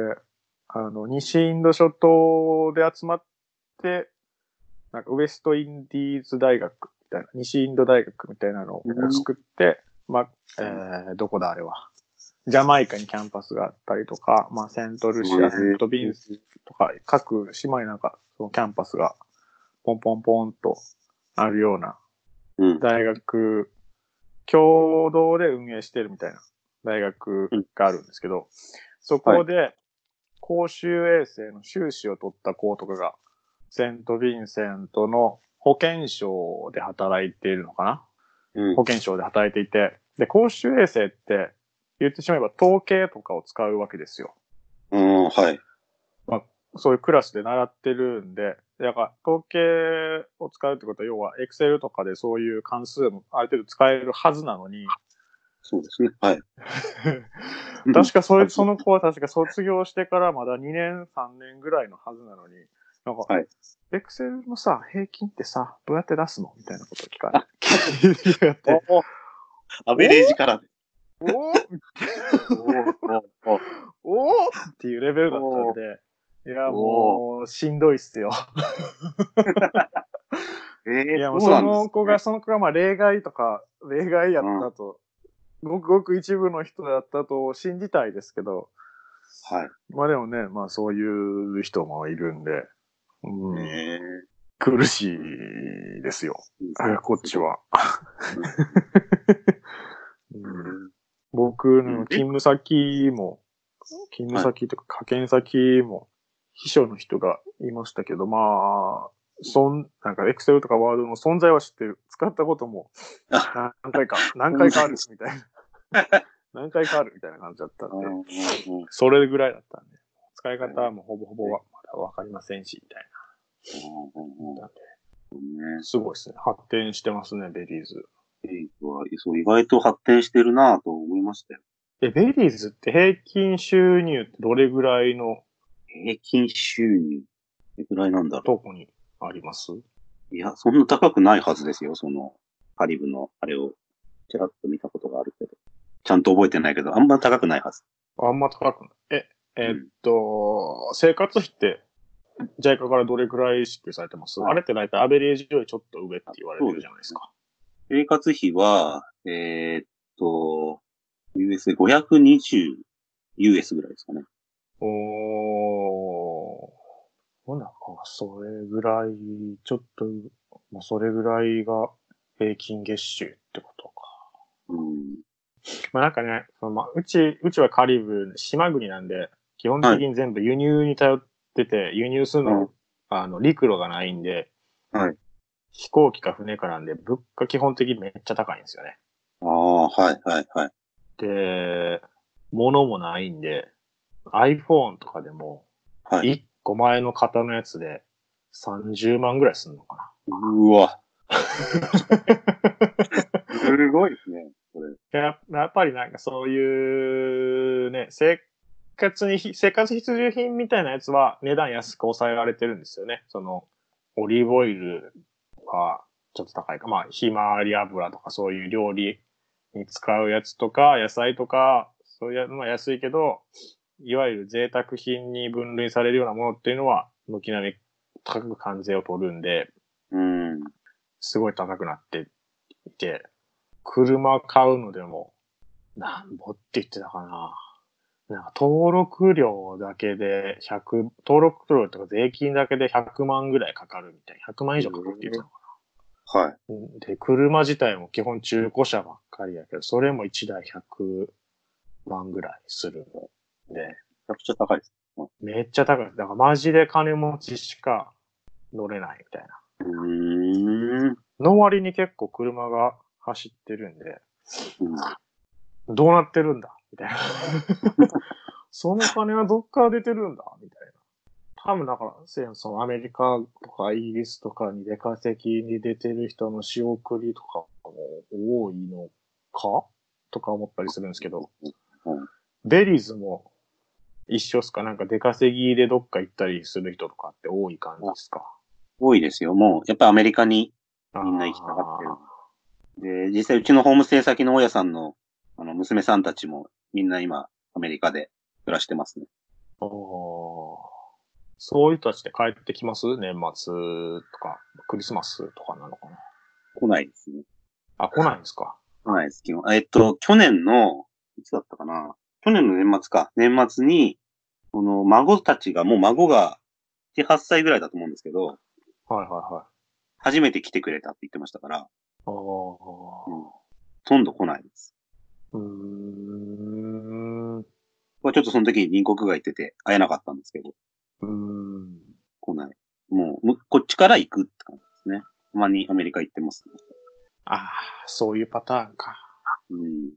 Speaker 1: あの、西インド諸島で集まって、なんかウエストインディーズ大学みたいな、西インド大学みたいなのを作って、まあ、えー、どこだあれは。ジャマイカにキャンパスがあったりとか、まあ、セントルシア、セントビンスとか、各島になんか、そのキャンパスが、ポンポンポンとあるような、
Speaker 2: うん。
Speaker 1: 大学、共同で運営してるみたいな大学があるんですけど、そこで、公衆衛生の修士を取った子とかが、セント・ヴィンセントの保健省で働いているのかな
Speaker 2: うん
Speaker 1: 保健省で働いていて、で、公衆衛生って言ってしまえば統計とかを使うわけですよ。
Speaker 2: うん、はい。
Speaker 1: そういうクラスで習ってるんで、だから統計を使うってことは、要は Excel とかでそういう関数もある程度使えるはずなのに、
Speaker 2: そうですね。はい。
Speaker 1: 確かそれ、
Speaker 2: うん
Speaker 1: その子は確か卒業してからまだ2年、3年ぐらいのはずなのに、なんか、
Speaker 2: はい
Speaker 1: エクセルのさ、平均ってさ、どうやって出すのみたいなことを聞かれて。聞いてやって、
Speaker 2: おおアベレージから。
Speaker 1: お
Speaker 2: おーおー
Speaker 1: おおっていうレベルだったんで、いや、もう、しんどいっすよ。
Speaker 2: えー
Speaker 1: いや、もう
Speaker 2: そうな
Speaker 1: そ
Speaker 2: んですね
Speaker 1: の子が、その子がまあ例外とか、例外やったと、ごくごく一部の人だったと信じたいですけど、
Speaker 2: はい。
Speaker 1: まあでもね、まあそういう人もいるんで、うん、
Speaker 2: え
Speaker 1: 苦しいですよ。
Speaker 2: ー
Speaker 1: こっち。は。うん
Speaker 2: う
Speaker 1: 僕の勤務先も、勤務先とか派遣先も、秘書の人がいましたけど、まあ、そん、なんかエクセルとかワードの存在は知ってる。使ったことも何回か、何回かあるみたいな。 何回かあるみたいな感じだったんで、
Speaker 2: ん
Speaker 1: それぐらいだったんで、使い方はもうほぼほぼはまだわかりませんし、みたい
Speaker 2: うんうん
Speaker 1: な。
Speaker 2: ね
Speaker 1: な。すごいですね。発展してますね、ベリーズ。
Speaker 2: えーそう意外と発展してるなぁと思いましたよ。
Speaker 1: え、ベリーズって平均収入ってどれぐらいの
Speaker 2: 平均収入、どれくらいなんだろ
Speaker 1: とこにあります
Speaker 2: う。いや、そんな高くないはずですよ、その、カリブのあれを、ちらっと見たことがあるけど。ちゃんと覚えてないけど、あんま高くないはず。
Speaker 1: あんま高くない。え、えーっと、生活費って、ジャイカからどれくらい支給されてます、
Speaker 2: はい
Speaker 1: あれって大体アベレージよりちょっと上って言われてるじゃないですか。
Speaker 2: 生活費は、えーっと、US で520 US ぐらいですかね。
Speaker 1: おー。ほな、それぐらい、ちょっと、まあ、それぐらいが平均月収ってことか。
Speaker 2: うん。
Speaker 1: まあなんかね、そのまあ、うち、うちはカリブ、島国なんで、基本的に全部輸入に頼ってて、輸入するの、
Speaker 2: うん
Speaker 1: あの、陸路がないんで、
Speaker 2: はい
Speaker 1: 飛行機か船かなんで、物価基本的にめっちゃ高いんですよね。
Speaker 2: ああ、はい、はい、はい。
Speaker 1: で、物もないんで、iPhone とかでも、
Speaker 2: はい。
Speaker 1: 1個前の型のやつで30万ぐらいするのかな。
Speaker 2: うわ。すごいですね、これ。
Speaker 1: ややっぱりなんかそういうね、生活にひ、生活必需品みたいなやつは値段安く抑えられてるんですよね。その、オリーブオイルはちょっと高いか。まあ、ひまわり油とかそういう料理に使うやつとか、野菜とか、そういうのは安いけど、いわゆる贅沢品に分類されるようなものっていうのは、軒並み高く関税を取るんで、
Speaker 2: うん。
Speaker 1: すごい高くなっていて、車買うのでも、なんぼって言ってたかな。なんか登録料だけで100、登録料とか税金だけで100万ぐらいかかるみたいな。100万以上かかるって言ってたのか
Speaker 2: はい。
Speaker 1: な。で、車自体も基本中古車ばっかりやけど、それも1台100万ぐらいするので、
Speaker 2: めちゃくちゃ高いです。
Speaker 1: めっちゃ高い。だからマジで金持ちしか乗れないみたいな。
Speaker 2: うーん。
Speaker 1: の割に結構車が走ってるんで、
Speaker 2: うん
Speaker 1: どうなってるんだみたいな。 その金はどっから出てるんだみたいな。多分だから、せやそのアメリカとかイギリスとかに出稼ぎに出てる人の仕送りとかも多いのかとか思ったりするんですけど、
Speaker 2: うん
Speaker 1: ベリーズも一緒っすかなんか出稼ぎでどっか行ったりする人とかって多い感じですか
Speaker 2: 多いですよ。もう、やっぱアメリカにみんな行きたがってる。で、実際うちのホームステイ先の大家さんの、あの、娘さんたちも、みんな今、アメリカで暮らしてますね。
Speaker 1: あーそういう人たちって帰ってきます年末とか、クリスマスとかなのかな
Speaker 2: 来ないですね。
Speaker 1: あ、来ないんですか
Speaker 2: 来ないです、基本。えっと、去年の、いつだったかな去年の年末か。年末に、この、孫たちが、もう孫が、7、8歳ぐらいだと思うんですけど、
Speaker 1: はいはいはい。
Speaker 2: 初めて来てくれたって言ってましたから、
Speaker 1: あ
Speaker 2: うん
Speaker 1: あ。
Speaker 2: ほとんど来ないです。
Speaker 1: うーん。う
Speaker 2: これちょっとその時に隣国が行ってて、会えなかったんですけど、
Speaker 1: ーん。
Speaker 2: 来ない。もう、むこっちから行くって感じですね。たまにアメリカ行ってます、ね。
Speaker 1: ああ、そういうパターンか。
Speaker 2: うん。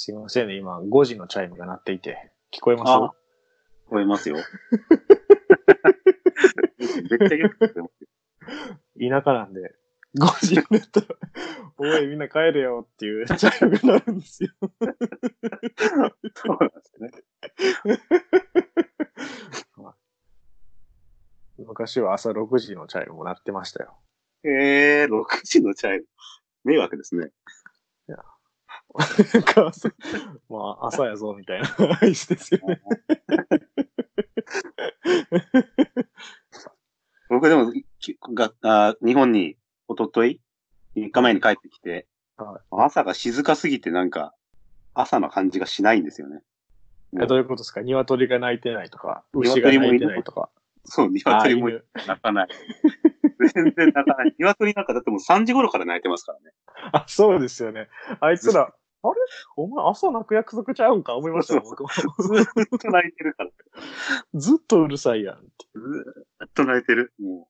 Speaker 1: すいませんね。今、5時のチャイムが鳴っていて。聞こえます
Speaker 2: あ聞こえますよ。 絶対よく聞こえますよ
Speaker 1: 田舎なんで。5時になったら、おい、みんな帰れよっていうチャイムが鳴るんですよ。
Speaker 2: そうなんですね。
Speaker 1: 昔は朝6時のチャイムも鳴ってましたよ。
Speaker 2: ええー、6時のチャイム。迷惑ですね。
Speaker 1: なんか朝、まあ、朝やぞみたいな合図ですよね。
Speaker 2: 僕でも、きがあ日本に、おととい、3日前に帰ってきて、
Speaker 1: は
Speaker 2: 朝が静かすぎてなんか、朝の感じがしないんですよね。
Speaker 1: えどういうことですか鶏が鳴いてないとか、牛が
Speaker 2: 鶏も
Speaker 1: 鳴いてないとか。
Speaker 2: そう、鶏も
Speaker 1: あ犬
Speaker 2: 泣かない。全然泣かない。鶏なんかだってもう3時頃から泣いてますからね。
Speaker 1: あ、そうですよね。あいつら、あれお前朝泣く約束ちゃうんか思いましたよ、僕も。
Speaker 2: ずっと泣いてるから。
Speaker 1: ずっとうるさいやんって。
Speaker 2: ずーっと泣いてる。も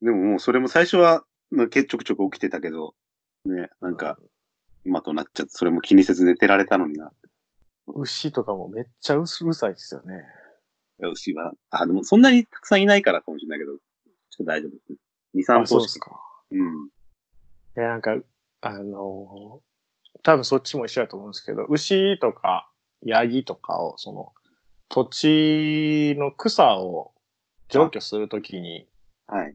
Speaker 2: う。でももうそれも最初は、まあけちょくちょく起きてたけど、ね、なんか、今となっちゃって、それも気にせず寝てられたのにな。
Speaker 1: 牛とかもめっちゃうるさいですよね。
Speaker 2: 牛は、あ、でもそんなにたくさんいないからかもしれないけど、ちょっと大丈夫です。二三
Speaker 1: あ、そ
Speaker 2: 頭
Speaker 1: うで
Speaker 2: し
Speaker 1: す
Speaker 2: か。
Speaker 1: か。
Speaker 2: うん。
Speaker 1: いや、なんか、あのー多分そっちも一緒だと思うんですけど、牛とか、ヤギとかを、その、土地の草を除去するときに
Speaker 2: はい。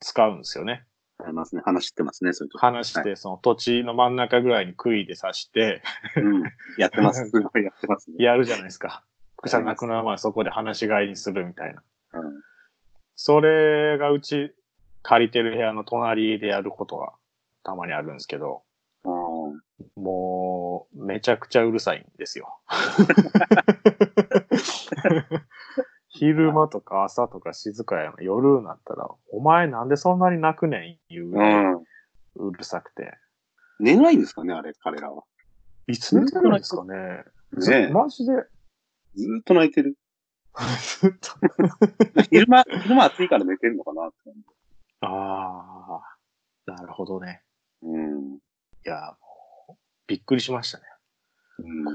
Speaker 1: 使うんですよね。
Speaker 2: ありますね。話してますね、そういうとこ
Speaker 1: 話し
Speaker 2: はい
Speaker 1: て、その土地の真ん中ぐらいに杭で刺して、
Speaker 2: うん。やって ます。すごいやってますね。
Speaker 1: やるじゃないですか。草
Speaker 2: やります
Speaker 1: なくなる前そこで放し飼いにするみたいな。
Speaker 2: うん
Speaker 1: それがうち借りてる部屋の隣でやることがたまにあるんですけど、
Speaker 2: あー
Speaker 1: もう、めちゃくちゃうるさいんですよ。昼間とか朝とか静かやの夜になったら、お前なんでそんなに泣くねんいうぐらい
Speaker 2: うん。
Speaker 1: うるさくて。
Speaker 2: 寝ないんですかね、あれ、彼らは。
Speaker 1: いつ寝てるんですかねず
Speaker 2: ね
Speaker 1: マジで。
Speaker 2: えずーっと泣いてる。
Speaker 1: ずっと。
Speaker 2: 昼間、昼間暑いから寝てるのかなって。
Speaker 1: ああ、なるほどね。
Speaker 2: うん。うん
Speaker 1: いや、もう、びっくりしましたね。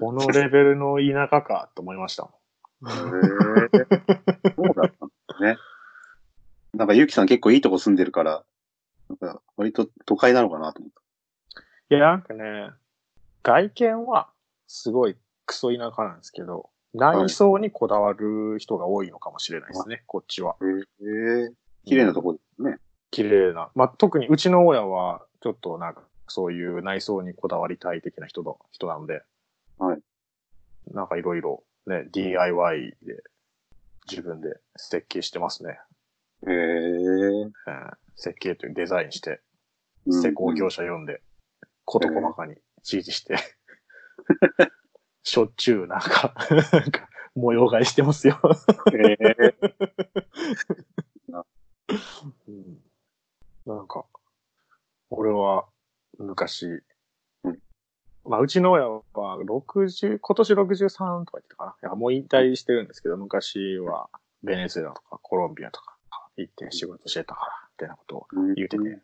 Speaker 1: このレベルの田舎かと思いましたもん。
Speaker 2: へーそうだったんですね。なんか、ゆうきさん結構いいとこ住んでるから、なんか、割と都会なのかなと思っ
Speaker 1: いや、なんかね、外見はすごいクソ田舎なんですけど、内装にこだわる人が多いのかもしれないですね、こっちは。
Speaker 2: へえ。綺麗なとこですね。
Speaker 1: 綺麗な。まあ、特にうちの親は、ちょっとなんか、そういう内装にこだわりたい的な人の、人なので。
Speaker 2: はい。
Speaker 1: なんかいろいろ、ね、DIY で、自分で設計してますね。
Speaker 2: へえ。
Speaker 1: うん、設計というデザインして、
Speaker 2: うん
Speaker 1: 施工業者読んで、事細かに指示して、 しょっちゅうなんか、なんか模様替えしてますよ。
Speaker 2: へえ
Speaker 1: うんなんか、俺は昔、
Speaker 2: うん
Speaker 1: まあ、うちの親は60、今年63とか言ってたかな。いや、もう引退してるんですけど、昔はベネズエラとかコロンビアとか行って仕事してたから、みたいなことを言ってて。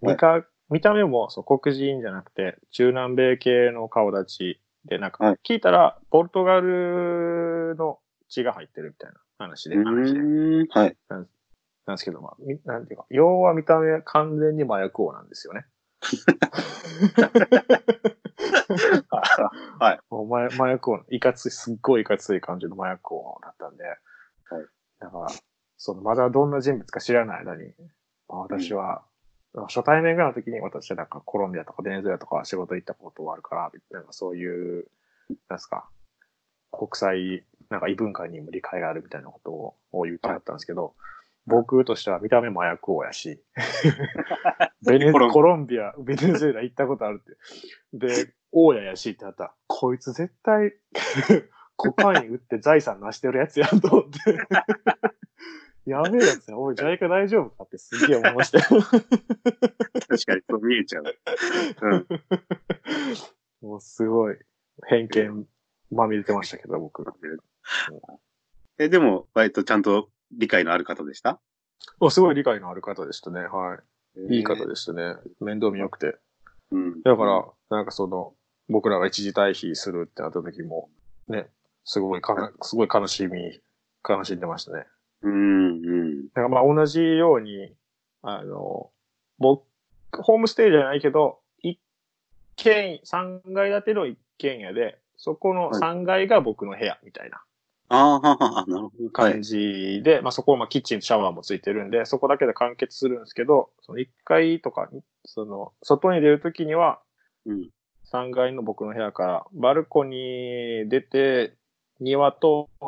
Speaker 1: 見か見た目もそう黒人じゃなくて、中南米系の顔立ちで、なん
Speaker 2: は
Speaker 1: か
Speaker 2: い
Speaker 1: 聞いたら、ポルトガルの血が入ってるみたいな話で、
Speaker 2: う
Speaker 1: 話で
Speaker 2: ん。はい。
Speaker 1: なんですけど、まあ、みなんていうか、要は見た目完全に麻薬王なんですよ ね。
Speaker 2: はい
Speaker 1: もう麻薬麻薬王の、いかつい、すっごいいかつい感じの麻薬王だったんで、だから、その、まだどんな人物か知らない間に、まあ、私は、初対面ぐらいの時に私はなんかコロンビアとかベネズエラとか仕事行ったことがあるから、なんかそういう、なんですか、国際、なんか異文化にも理解があるみたいなことをを言ってはったんですけど、僕としては見た目麻薬王や し、ベネ
Speaker 2: コロン
Speaker 1: コロンビア、ベネズエラ行ったことあるって。で、王ややしってなったら、こいつ絶対、コカイン売って財産成してるやつやんと思 って。やべえやつや、おい、ジャイカ大丈夫かってすげえ思いましたよ。
Speaker 2: 確かに、そう見えちゃう。うん。
Speaker 1: もうすごい、偏見まみれてましたけど、僕。
Speaker 2: え、でも、割とちゃんと理解のある方でした
Speaker 1: おすごい理解のある方でしたね、はい。いい方
Speaker 2: す。
Speaker 1: でしたね。面倒見よくて。
Speaker 2: うん。
Speaker 1: だから、、なんかその、僕らが一時退避するってなった時も、ね、すごいかな、すごい悲しみ、悲しんでましたね。
Speaker 2: うん、うん。
Speaker 1: だからまあ同じように、あの、僕、ホームステイじゃないけど、一軒、三階建ての一軒家で、そこの三階が僕の部屋みたいな
Speaker 2: あーははは、なるほど。はい
Speaker 1: 感。じで、まあそこはまあキッチンとシャワーもついてるんで、そこだけで完結するんですけど、その一階とかに、その、外に出るときには、
Speaker 2: うん。
Speaker 1: 3階の僕の部屋からバルコニー出て庭通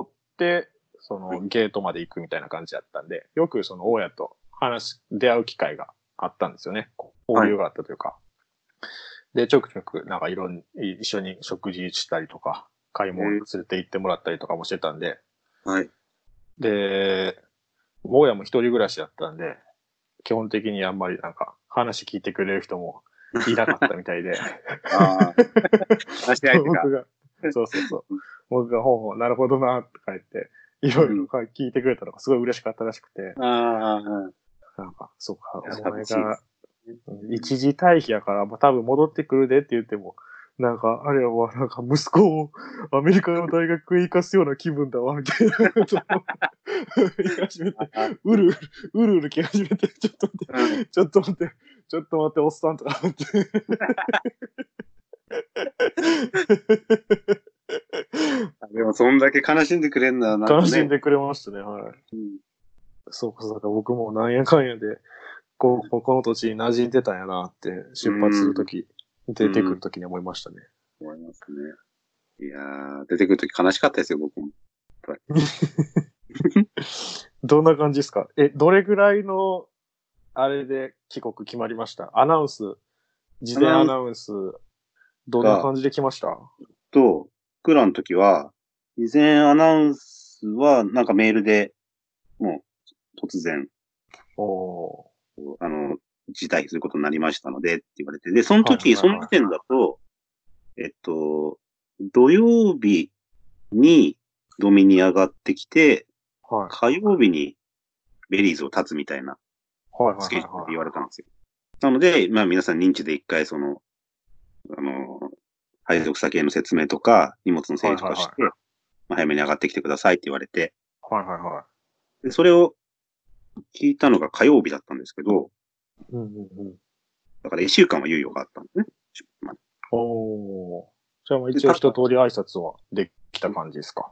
Speaker 1: ってそのゲートまで行くみたいな感じだったんでよくその大家と話し出会う機会があったんですよねこう交流があったというか、でちょくちょくなんかいろん一緒に食事したりとか買い物連れて行ってもらったりとかもしてたんで、
Speaker 2: はい。
Speaker 1: で、坊やも一人暮らしだったんで、基本的にあんまりなんか話聞いてくれる人もいなかったみたいで、
Speaker 2: ああ。話し相手が
Speaker 1: 僕。が、そうそうそう。僕がほうほう、なるほどな、って書いて、いろいろ聞いてくれたのがすごい嬉しかったらしくて、
Speaker 2: ああ。
Speaker 1: なんか、そうか、
Speaker 2: いや
Speaker 1: お前
Speaker 2: 寂しいで
Speaker 1: が一時退避やから、まあ、多分戻ってくるでって言っても、なんか、あれは、なんか、息子をアメリカの大学へ行かすような気分だわ、みたいなことを言い始め て、うるうる、うるうる来始めて、ちょっと待って、
Speaker 2: うん
Speaker 1: ちょっと待って、ちょっと待って、おっさんとか思 って。
Speaker 2: でも、そんだけ悲しんでくれんだな、
Speaker 1: 楽しん
Speaker 2: で。
Speaker 1: でくれましたね、はい。
Speaker 2: うん
Speaker 1: そうか、そうか、僕もなんやかんやで、こう、ここの土地に馴染んでたんやなって、出発するとき、出てくるときに思いましたね。
Speaker 2: 思いますね。いやー、出てくるとき悲しかったですよ、僕も。
Speaker 1: どんな感じですかえ、どれぐらいの、あれで帰国決まりましたアナウンス、事前アナウンス、どんな感じで来ました
Speaker 2: と、僕らの時は、以前アナウンスは、なんかメールで、もう、突然、
Speaker 1: お
Speaker 2: あの、辞退することになりましたので、って言われて。で、その時、
Speaker 1: はいはいはい
Speaker 2: その時点だと、えっと、土曜日にドミニ上がってきて、
Speaker 1: ー。はい。
Speaker 2: 火曜日にベリーズを立つみたいな
Speaker 1: はい
Speaker 2: ス
Speaker 1: は
Speaker 2: ケ
Speaker 1: い
Speaker 2: ジュールで
Speaker 1: はい
Speaker 2: 言
Speaker 1: はい。
Speaker 2: われたんですよ。なので、まあ皆さん認知で一回その、あの、配属先への説明とか、荷物の整理とかして、
Speaker 1: はいはい
Speaker 2: まあ早めに上がってきてくださいって言われて、
Speaker 1: はいはいはい。
Speaker 2: でそれを聞いたのが火曜日だったんですけど、
Speaker 1: うんうんうん。
Speaker 2: だから一週間は猶予があったんですね。まあ
Speaker 1: おー。じゃあもう一応一通り挨拶はできた感じですか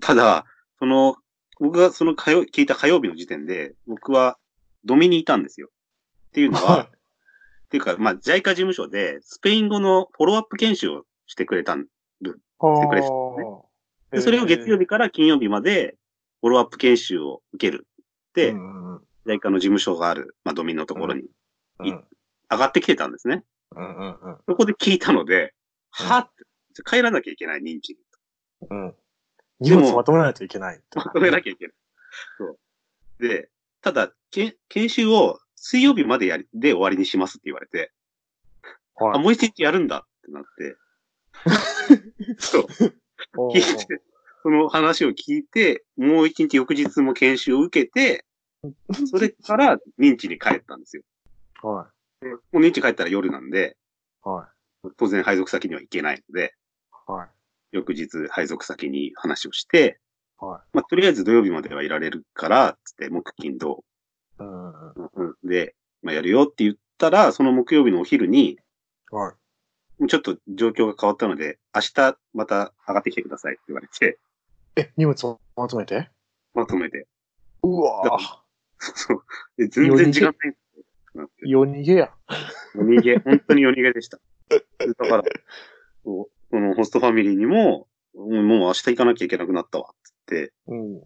Speaker 2: ただ、その、僕がその火曜、聞いた火曜日の時点で、僕はドミにいたんですよ。っていう のは、っていうか、まあ、ジャイカ事務所で、スペイン語のフォローアップ研修をしてくれた
Speaker 1: し
Speaker 2: ん
Speaker 1: て
Speaker 2: くれてたので、それを月曜日から金曜日まで、フォローアップ研修を受ける。で、
Speaker 1: うんうん
Speaker 2: ジャイカの事務所がある、まあ、ドミのところに
Speaker 1: うんうん
Speaker 2: 上がってきてたんですね。
Speaker 1: うんうんうん
Speaker 2: そこで聞いたので、
Speaker 1: うん
Speaker 2: はって、帰らなきゃいけない、人気に。
Speaker 1: うん。荷物まとめないといけないって。
Speaker 2: まとめなきゃいけない。そう。で、ただ、け研修を水曜日までやり、で終わりにしますって言われて、あ、
Speaker 1: はい
Speaker 2: もう一日やるんだってな って、そう、
Speaker 1: おう
Speaker 2: 聞いて、その話を聞いて、もう一日翌日も研修を受けて、それから認知に帰ったんですよ。
Speaker 1: おうは
Speaker 2: もう認知帰ったら夜なんで、
Speaker 1: い。は
Speaker 2: 当然配属先には行けないので、
Speaker 1: い。はい。
Speaker 2: 翌日配属先に話をして、
Speaker 1: は
Speaker 2: まあ、とりあえず土曜日まではいられるから、つって、木金土
Speaker 1: い。うんうんうん。
Speaker 2: うんで、まあ、やるよって言ったら、その木曜日のお昼に、
Speaker 1: はい。
Speaker 2: ちょっと状況が変わったので、明日また上がってきてくださいって言われて、
Speaker 1: え、荷物をまとめて
Speaker 2: まとめて。
Speaker 1: うわぁ。
Speaker 2: そうで全然時間ない。なんて
Speaker 1: 夜逃げや。
Speaker 2: 夜逃げ、本当に夜逃げでした。だから、そうそのホストファミリーにも、うんもう明日行かなきゃいけなくなったわって
Speaker 1: うん。
Speaker 2: 言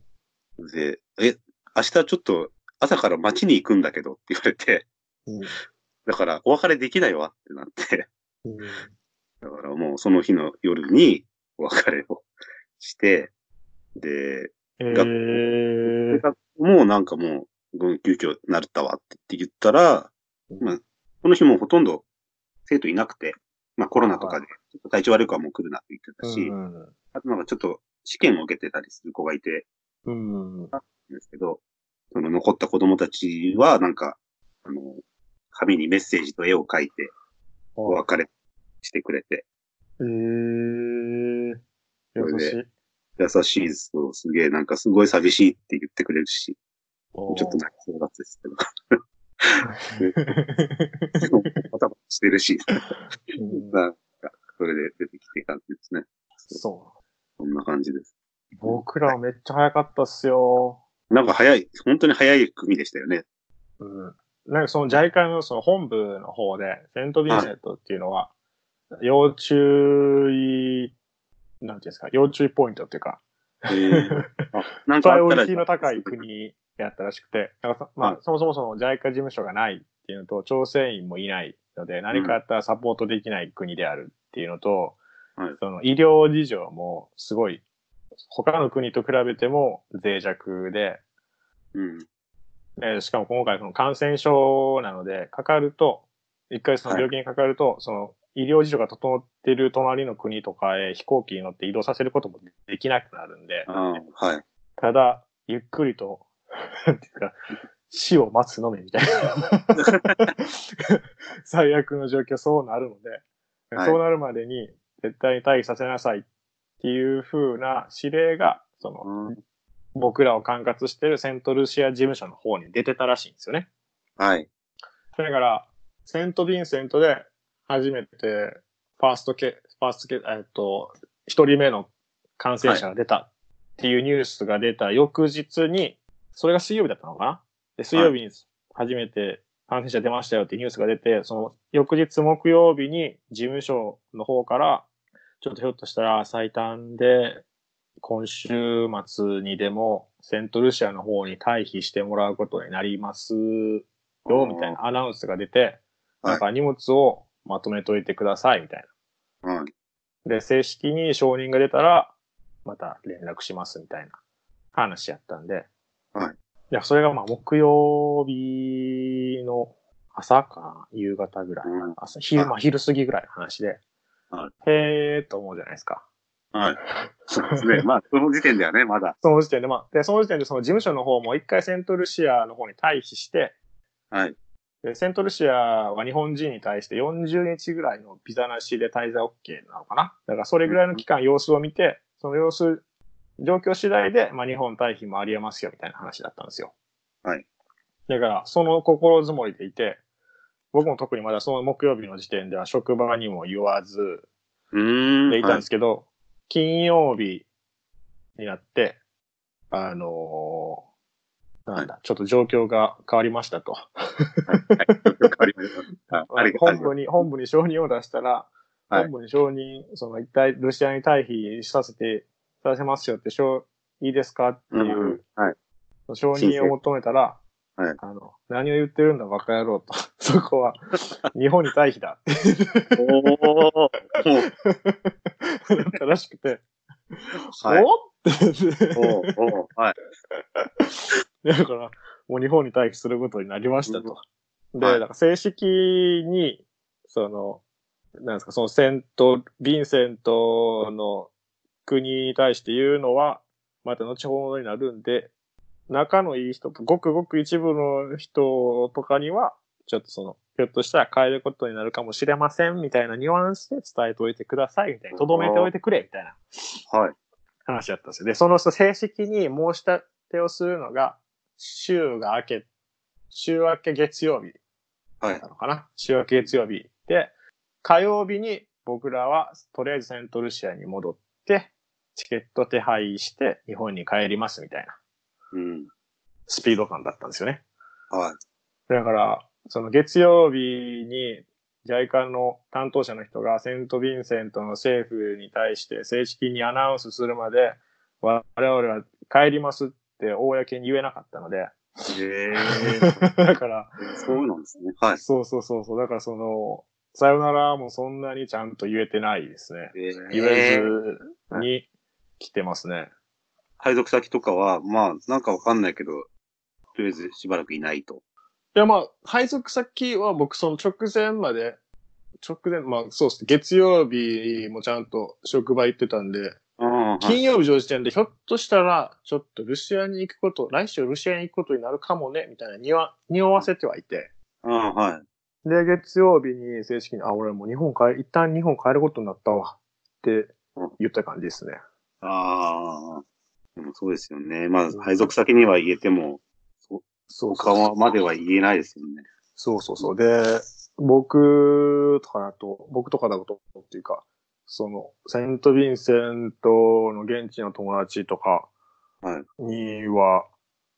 Speaker 2: って、で、え、明日ちょっと朝から街に行くんだけどって言われて、
Speaker 1: うん。
Speaker 2: だからお別れできないわってなって、
Speaker 1: うん
Speaker 2: だからもうその日の夜にお別れをして、で、
Speaker 1: え
Speaker 2: 学
Speaker 1: ー。
Speaker 2: もうなんかもう、うん急遽なったわって言ったら、まあ、この日もうほとんど生徒いなくて、まあコロナとかで、ちょっと体調悪い子はもう来るなって言ってたし、
Speaker 1: うんうん
Speaker 2: あとなんかちょっと試験を受けてたりする子がいて
Speaker 1: うん。うん。
Speaker 2: んですけど、その残った子供たちはなんか、あの、紙にメッセージと絵を描いて、お
Speaker 1: はい
Speaker 2: 別れしてくれて、
Speaker 1: えー。優しい。
Speaker 2: 優しいです。すげえ、なんかすごい寂しいって言ってくれるし、
Speaker 1: おー
Speaker 2: ちょっと泣きそうだったですけど。バタバタしてるし、
Speaker 1: うん
Speaker 2: なんか、それで出てきてたんですね。
Speaker 1: そ
Speaker 2: そんな感じです。
Speaker 1: う。僕らめっちゃ早かったっすよ。
Speaker 2: なんか早い、本当に早い組でし たよね。
Speaker 1: うん。なんかその JICA のその本部の方で、セントビンセントっていうのは、要注意、なんていうんですか、要注意ポイントっていうか、
Speaker 2: あなん
Speaker 1: プラ
Speaker 2: か
Speaker 1: イ
Speaker 2: あっ
Speaker 1: オ
Speaker 2: たら
Speaker 1: リティの高い国やったらしくて、なんかさまあ
Speaker 2: う、
Speaker 1: そもそもその JICA 事務所がないっていうのと、調整員もいないので、何かあったらサポートできない国であるっていうのと、
Speaker 2: はい
Speaker 1: その医療事情もすごい、他の国と比べても脆弱で、
Speaker 2: うん。
Speaker 1: でしかも今回その感染症なので、かかると、一回その病気にかかると、その医療事情が整っている隣の国とかへ飛行機に乗って移動させることもできなくなるんで、
Speaker 2: ああはい。
Speaker 1: ただ、ゆっくりと、 なんていうか、死を待つのみみたいな。 最悪の状況、そうなるので、
Speaker 2: はい
Speaker 1: そうなるまでに絶対に退避させなさいっていう風な指令が、その、
Speaker 2: うん
Speaker 1: 僕らを管轄してるセントルシア事務所の方に出てたらしいんですよね。
Speaker 2: はい。
Speaker 1: それから、セント・ヴィンセントで初めて、ファーストケ、ファーストケ、えっと、一人目の感染者が出たっていうニュースが出た翌日に、それが水曜日だったのかなで、水曜日に初めて感染者出ましたよっていうニュースが出て、その翌日木曜日に事務所の方から、ちょっとひょっとしたら最短で今週末にでもセントルシアの方に退避してもらうことになりますよ、みたいなアナウンスが出て、
Speaker 2: は
Speaker 1: な
Speaker 2: い
Speaker 1: んか荷物をまとめといてください、みたい
Speaker 2: はい。
Speaker 1: な。で、正式に承認が出たら、また連絡します、みたいな話やったんで。
Speaker 2: はい。
Speaker 1: や、それがまあ木曜日の朝かな、夕方ぐらい。
Speaker 2: うん
Speaker 1: 朝、昼、まあ昼過ぎぐらいの話で。
Speaker 2: は
Speaker 1: へーっと思うじゃないですか。
Speaker 2: はい。そうです ね。まあ、その時点ではね、まだ。
Speaker 1: その時点で、まあ、で、その時点でその事務所の方も一回セントルシアの方に退避して、
Speaker 2: はい。
Speaker 1: で、セントルシアは日本人に対して40日ぐらいのビザなしで滞在 OK なのかな。だからそれぐらいの期間様子を見て、その様子、状況次第で、まあ日本退避もありえますよみたいな話だったんですよ。
Speaker 2: はい。
Speaker 1: だから、その心づもりでいて、僕も特にまだその木曜日の時点では職場にも言わず、
Speaker 2: うーん。
Speaker 1: でいたん
Speaker 2: は
Speaker 1: で
Speaker 2: い
Speaker 1: すけど、金曜日になって、あのーなんだ、ちょっと状況が変わりましたと。
Speaker 2: わかりました。あありがと
Speaker 1: 本
Speaker 2: うござい
Speaker 1: 部に、本部に承認を出したら、
Speaker 2: はい
Speaker 1: 本部に承認、その一体ロシアに退避させて、させますよって、承いいですかって
Speaker 2: ます。
Speaker 1: いう、
Speaker 2: うんはい。
Speaker 1: 承認を求めたら、
Speaker 2: はい
Speaker 1: あの、何を言ってるんだバカ野郎と。 そこは、日本に退避だっ
Speaker 2: おお。
Speaker 1: てなったらしくて、
Speaker 2: はい。
Speaker 1: おって、
Speaker 2: おーおーはい。
Speaker 1: だから、もう日本に退避することになりましたと。
Speaker 2: ん
Speaker 1: で、
Speaker 2: はい
Speaker 1: だから正式に、その、なんですか、そのセント、ヴィンセントの国に対して言うのは、また後ほどになるんで、仲のいい人と、ごくごく一部の人とかには、ちょっとその、ひょっとしたら変えることになるかもしれません、みたいなニュアンスで伝えておいてください、みたいな。とどめておいてくれ、みたいな。
Speaker 2: はい。
Speaker 1: 話だったんですよ。で、その人正式に申し立てをするのが、週が明け、週明け月曜日
Speaker 2: はい
Speaker 1: な。のかな週明け月曜日。で、火曜日に僕らはとりあえずセントルシアに戻って、チケット手配して日本に帰りますみたいな
Speaker 2: うん。
Speaker 1: スピード感だったんですよね。
Speaker 2: はい。
Speaker 1: だから、その月曜日に JICA の担当者の人がセント・ヴィンセントの政府に対して正式にアナウンスするまで我々は帰りますって公に言えなかったので、
Speaker 2: え
Speaker 1: だから、
Speaker 2: え。 そうなんですね。はい。
Speaker 1: そうそうそうそう、だからその、さよならもそんなにちゃんと言えてないですね。
Speaker 2: え
Speaker 1: 言えずに来てますね。
Speaker 2: 配属先とかは、まあ、なんかわかんないけど、とりあえずしばらくいないと。
Speaker 1: いや、まあ、配属先は僕、その直前まで、直前、まあ、そうですね。月曜日もちゃんと職場行ってたんで、
Speaker 2: ああ、は
Speaker 1: 金
Speaker 2: い。
Speaker 1: 曜日上時点で、ひょっとしたら、ちょっとルシアに行くこと、来週ルシアに行くことになるかもね、みたいな、にわ、匂わせてはいて。
Speaker 2: ああ、はい。
Speaker 1: で、月曜日に正式に、あ、俺もう日本帰、一旦日本帰ることになったわ、って言った感じですね。
Speaker 2: ああ。でもそうですよね。まあ、配属先には言えても、
Speaker 1: そうそう
Speaker 2: 他はまでは言えないですよね。
Speaker 1: そうそうそう。で、僕とかだと、僕とかだと、っていうか、その、セント・ヴィンセントの現地の友達とか
Speaker 2: はい
Speaker 1: には、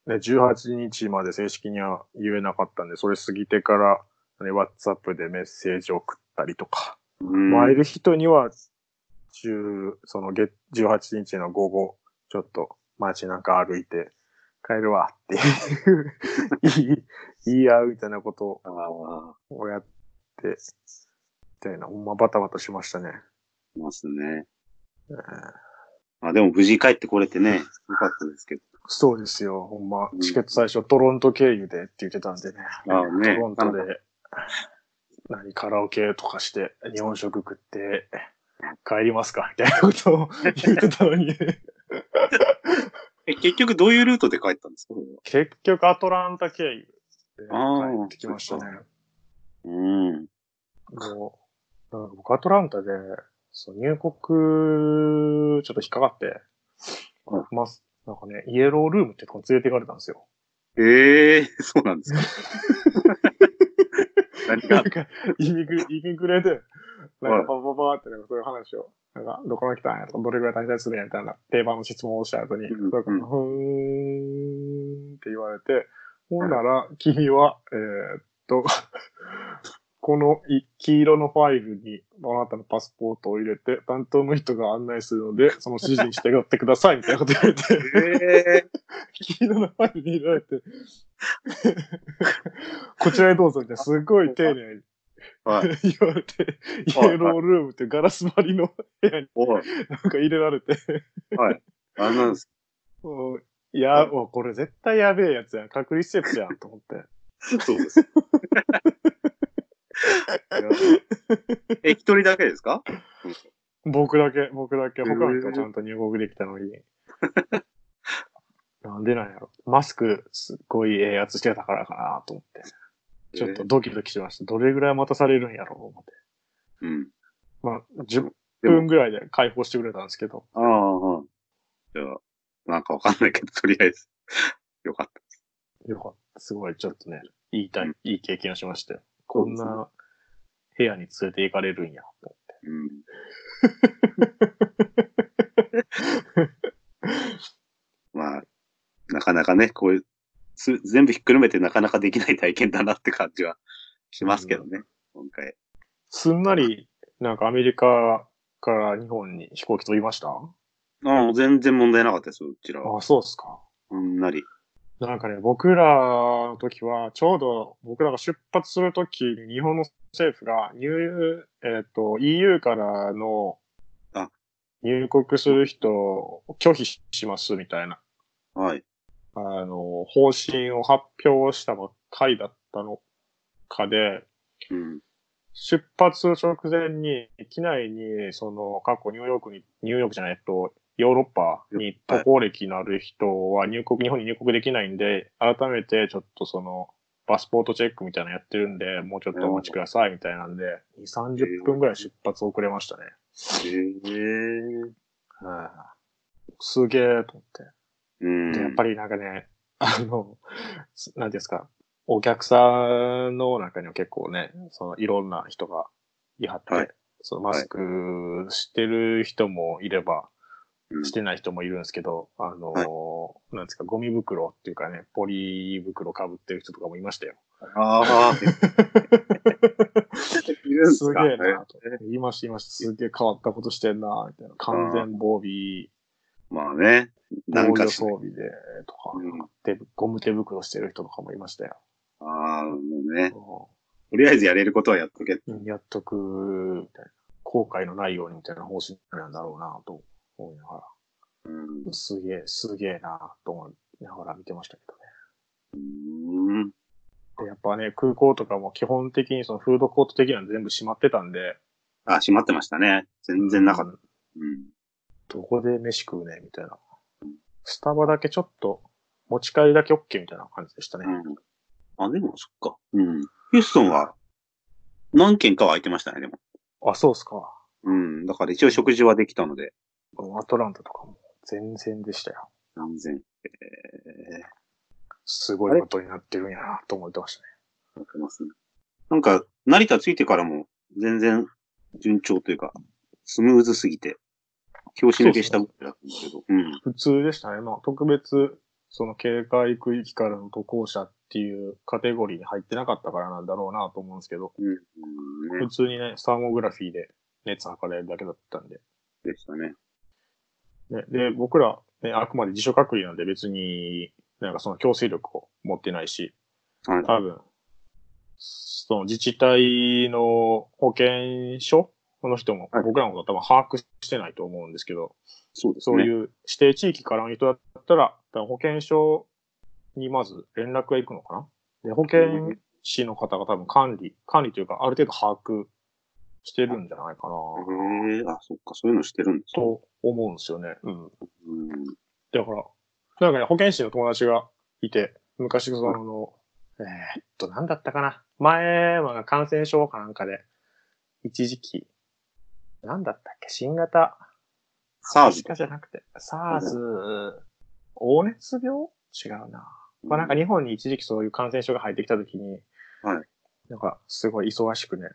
Speaker 1: ね、18日まで正式には言えなかったんで、それ過ぎてから、ね、WhatsApp でメッセージ送ったりとか、
Speaker 2: うん
Speaker 1: まあ、いる人には、10その月、18日の午後、ちょっと街中歩いて帰るわっていう、 言い、言い合うみたいなことを
Speaker 2: ああ、
Speaker 1: をやって、みたいな、ほんまバタバタしましたね。
Speaker 2: いますね。
Speaker 1: えー
Speaker 2: まあでも無事帰ってこれてね、よかったですけど。
Speaker 1: そうですよ、ほんま
Speaker 2: うん。
Speaker 1: チケット最初、トロント経由でって言ってたんでね。
Speaker 2: ああね
Speaker 1: トロントで、何、カラオケとかして、日本食食って、帰りますかみたいなこと を言ってたのに。
Speaker 2: え、結局どういうルートで帰ったんですかそれは
Speaker 1: 結局、アトランタ経由で
Speaker 2: ああ
Speaker 1: 帰ってきましたね。
Speaker 2: うん。
Speaker 1: もう、なんか僕、アトランタで、そう入国、ちょっと引っかかって、
Speaker 2: うん
Speaker 1: まあ、なんかね、イエロールームってとこに連れて行かれたんですよ。
Speaker 2: ええ そうなんですか。何
Speaker 1: なん
Speaker 2: が、
Speaker 1: か、イミグレ、イミグレで、な
Speaker 2: は
Speaker 1: ん
Speaker 2: い
Speaker 1: か、パパパってなんかそういう話を、なんか、どこに来たんやとか、どれぐらい滞在するんやみたいな定番の質問をした後に、
Speaker 2: うん
Speaker 1: それから、
Speaker 2: うん
Speaker 1: ふーんって言われて、ほんなら、君は、えーっと、 このい黄色のファイルにあなたのパスポートを入れて、担当の人が案内するので、その指示に従ってください、みたいなこと言われて。
Speaker 2: え
Speaker 1: 黄色のファイルに入れられて、 こちらへどうぞみたいな、すごい丁寧に
Speaker 2: ー、はい。
Speaker 1: 言われて、イ
Speaker 2: はい
Speaker 1: エロールームっていうガラス張りの部屋に
Speaker 2: おい、
Speaker 1: なんか入れられて、
Speaker 2: はい。あんなんです
Speaker 1: もういや、もうこれ絶対やべえやつやん、隔離施設やんと思って。
Speaker 2: そうです。いや え、一人だけですか
Speaker 1: 僕だけ、僕だけ、他の人はちゃんと入国できたの に。なんでなんやろ。マスク、すっごいええやつしてたからかなと思って。ちょっとドキドキしました。どれぐらい待たされるんやろう思って。
Speaker 2: えーうん。
Speaker 1: まあ、10
Speaker 2: でも
Speaker 1: 分ぐらいで解放してくれたんですけど。
Speaker 2: ああ、はいじゃあ、なんかわかんないけど、とりあえず。 よかった。
Speaker 1: よかった。すごい、ちょっとね、いい体
Speaker 2: うん
Speaker 1: いい経験をしまして。こん
Speaker 2: そう
Speaker 1: な部屋に連れて行かれるんや。
Speaker 2: うん。かなかね、こういう、す全部ひっくるめてなかなかできない体験だなって感じはしますけどね、今回。
Speaker 1: すんなり、なんかアメリカから日本に飛行機飛びましたあ
Speaker 2: ああ、もう全然問題なかったですよ、うちらは。
Speaker 1: そうっすか。
Speaker 2: ほんなり。
Speaker 1: なんかね、僕らの時は、ちょうど僕らが出発するときに日本の政府が入、えっ、と、EU からの
Speaker 2: あ
Speaker 1: 入国する人を拒否しますみたいな、
Speaker 2: はい。
Speaker 1: あの、方針を発表したばっかりだったのかで、
Speaker 2: うん。
Speaker 1: 出発直前に、機内に、その、過去ニューヨークに、ニューヨークじゃない、えっと、ヨーロッパに渡航歴のある人は入国、日本に入国できないんで、改めてちょっとその、パスポートチェックみたいなのやってるんで、もうちょっとお待ちくださいみたいなんで、2、30分ぐらい出発遅れましたね。
Speaker 2: へえ。
Speaker 1: はいすげえと思って。
Speaker 2: うん。
Speaker 1: で、やっぱりなんかね、あの、すなんていうんですか、お客さんの中には結構ね、そのいろんな人がいはって、
Speaker 2: はい
Speaker 1: そのマスクしてる人もいれば、
Speaker 2: うん
Speaker 1: してない人もいるんですけど、あの、なんですか、ゴミ袋っていうかね、ポリ袋被ってる人とかもいましたよ。
Speaker 2: ああ。いるんです
Speaker 1: す
Speaker 2: か
Speaker 1: げえなと。言いました、言いました。すげえ変わったことしてんな、みたいな。完全防備、
Speaker 2: まあね。なん
Speaker 1: 防
Speaker 2: か
Speaker 1: 御
Speaker 2: し、
Speaker 1: 装備で、とか、
Speaker 2: うん
Speaker 1: 手ぶゴム手袋してる人とかもいましたよ。
Speaker 2: ああ、もうね。
Speaker 1: うん
Speaker 2: とりあえずやれることはやっとけ。
Speaker 1: うんやっとく、みたいな。後悔のないようにみたいな方針なんだろうなと思いなが
Speaker 2: うん
Speaker 1: ら、すげえ、すげえなと思いながら見てましたけどね。
Speaker 2: うん。
Speaker 1: でやっぱね、空港とかも基本的にそのフードコート的なの全部閉まってたんで、
Speaker 2: あ、閉まってましたね。全然なかった。
Speaker 1: た。
Speaker 2: うん。
Speaker 1: どこで飯食うねみたいな。スタバだけちょっと、持ち帰りだけ OK みたいな感じでしたね。
Speaker 2: うん。あ、でも、そっか。うん。ヒューストンは、何軒かは空いてましたね、でも。
Speaker 1: あ、そうっすか。
Speaker 2: うん。だから一応食事はできたので、
Speaker 1: アトランタとかも全然でしたよ。
Speaker 2: 断然。えー、
Speaker 1: すごいことになってるんやなと思ってましたね。
Speaker 2: やってますね。なんか、成田着いてからも、全然、順調というか、スムーズすぎて、拍子抜けしたぐらいだったんですけど。うん。
Speaker 1: 普通でしたね。まあ、特別、その警戒区域からの渡航者っていうカテゴリーに入ってなかったからなんだろうなと思うんですけど、
Speaker 2: うん。うん、
Speaker 1: 普
Speaker 2: ね。
Speaker 1: 通にね、サーモグラフィーで熱測れるだけだったんで。
Speaker 2: でしたね。
Speaker 1: ね、で、僕ら、ね、あくまで自主隔離なんで別に、なんかその強制力を持ってないし、
Speaker 2: はい。
Speaker 1: 多分、その自治体の保健所の人も、
Speaker 2: はい
Speaker 1: 僕らのことは多分把握してないと思うんですけど、
Speaker 2: そうです
Speaker 1: そ
Speaker 2: ね。
Speaker 1: ういう指定地域からの人だったら、多分保健所にまず連絡が行くのかなで、保健師の方が多分管理、管理というか、ある程度把握してるんじゃないかな
Speaker 2: へえあ、そっか、そういうのしてるんですね。
Speaker 1: と思うんですよね。うん。
Speaker 2: うん。
Speaker 1: だから、なんかね、保健師の友達がいて、昔その、えーっと、なんだったかな。前は感染症かなんかで、一時期、なんだったっけ、新型、
Speaker 2: サーズ。
Speaker 1: かじゃなくて、SARS、黄熱病違うな。まあなんか日本に一時期そういう感染症が入ってきたときに、
Speaker 2: はい
Speaker 1: なんかすごい忙しくね、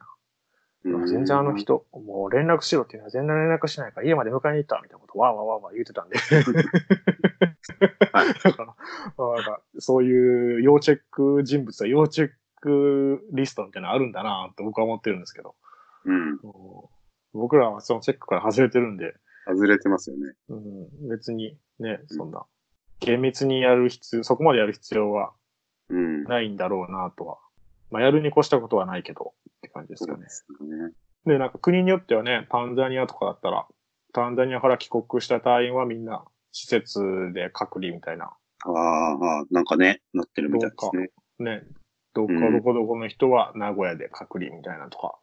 Speaker 2: うん
Speaker 1: 全然あの。人、もう連絡しろっていうのは全然連絡しないから家まで迎えに行ったみたいなことわーわーわーわー言ってたんで。
Speaker 2: はい
Speaker 1: だから、まあなんかそういう要チェック人物は要チェックリストみたいなのあるんだなと僕は思ってるんですけど、
Speaker 2: うん。
Speaker 1: 僕らはそのチェックから外れてるんで、
Speaker 2: 外れてますよね。
Speaker 1: うん、別にね、そんな、厳密にやる必要、そこまでやる必要は
Speaker 2: うん。
Speaker 1: ないんだろうなとは。まあ、やるに越したことはないけど、って感じですかね。
Speaker 2: そうですね。
Speaker 1: で、なんか国によってはね、タンザニアとかだったら、タンザニアから帰国した隊員はみんな施設で隔離みたいな。
Speaker 2: あーあー、なんかね、なってるみたいですね。
Speaker 1: ね、どっか
Speaker 2: うん
Speaker 1: どこどこの人は名古屋で隔離みたいなとか。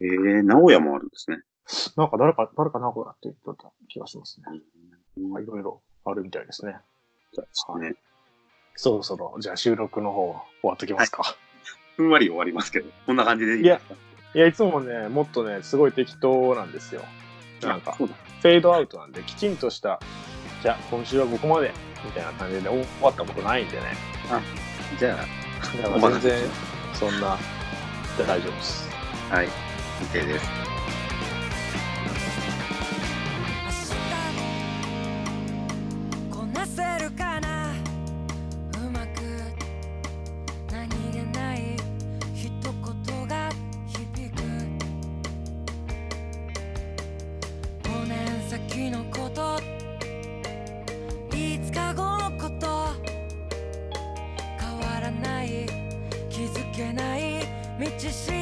Speaker 2: ええー、名古屋もあるんですね。
Speaker 1: なんか誰か、誰か名古屋って言ってた気がしますね。ま
Speaker 2: は
Speaker 1: あ
Speaker 2: い
Speaker 1: い。ろいろあるみたいですね。
Speaker 2: ね。
Speaker 1: そろそろ、じゃあ収録の方終わっときますか。
Speaker 2: ふんわり終わりますけど、こんな感じでいい
Speaker 1: いや、いや、いつもね、もっとね、すごい適当なんですよ。なんか、
Speaker 2: そうだ。
Speaker 1: フェードアウトなんで、きちんとした、じゃあ、今週はここまで、みたいな感じで終わったことないんでね。
Speaker 2: じ
Speaker 1: だ
Speaker 2: ゃ
Speaker 1: から
Speaker 2: お任
Speaker 1: 全
Speaker 2: せ
Speaker 1: 然、そんな、で大丈夫です。
Speaker 2: あ、はい。OK です。
Speaker 3: 明日もこなせるかな自信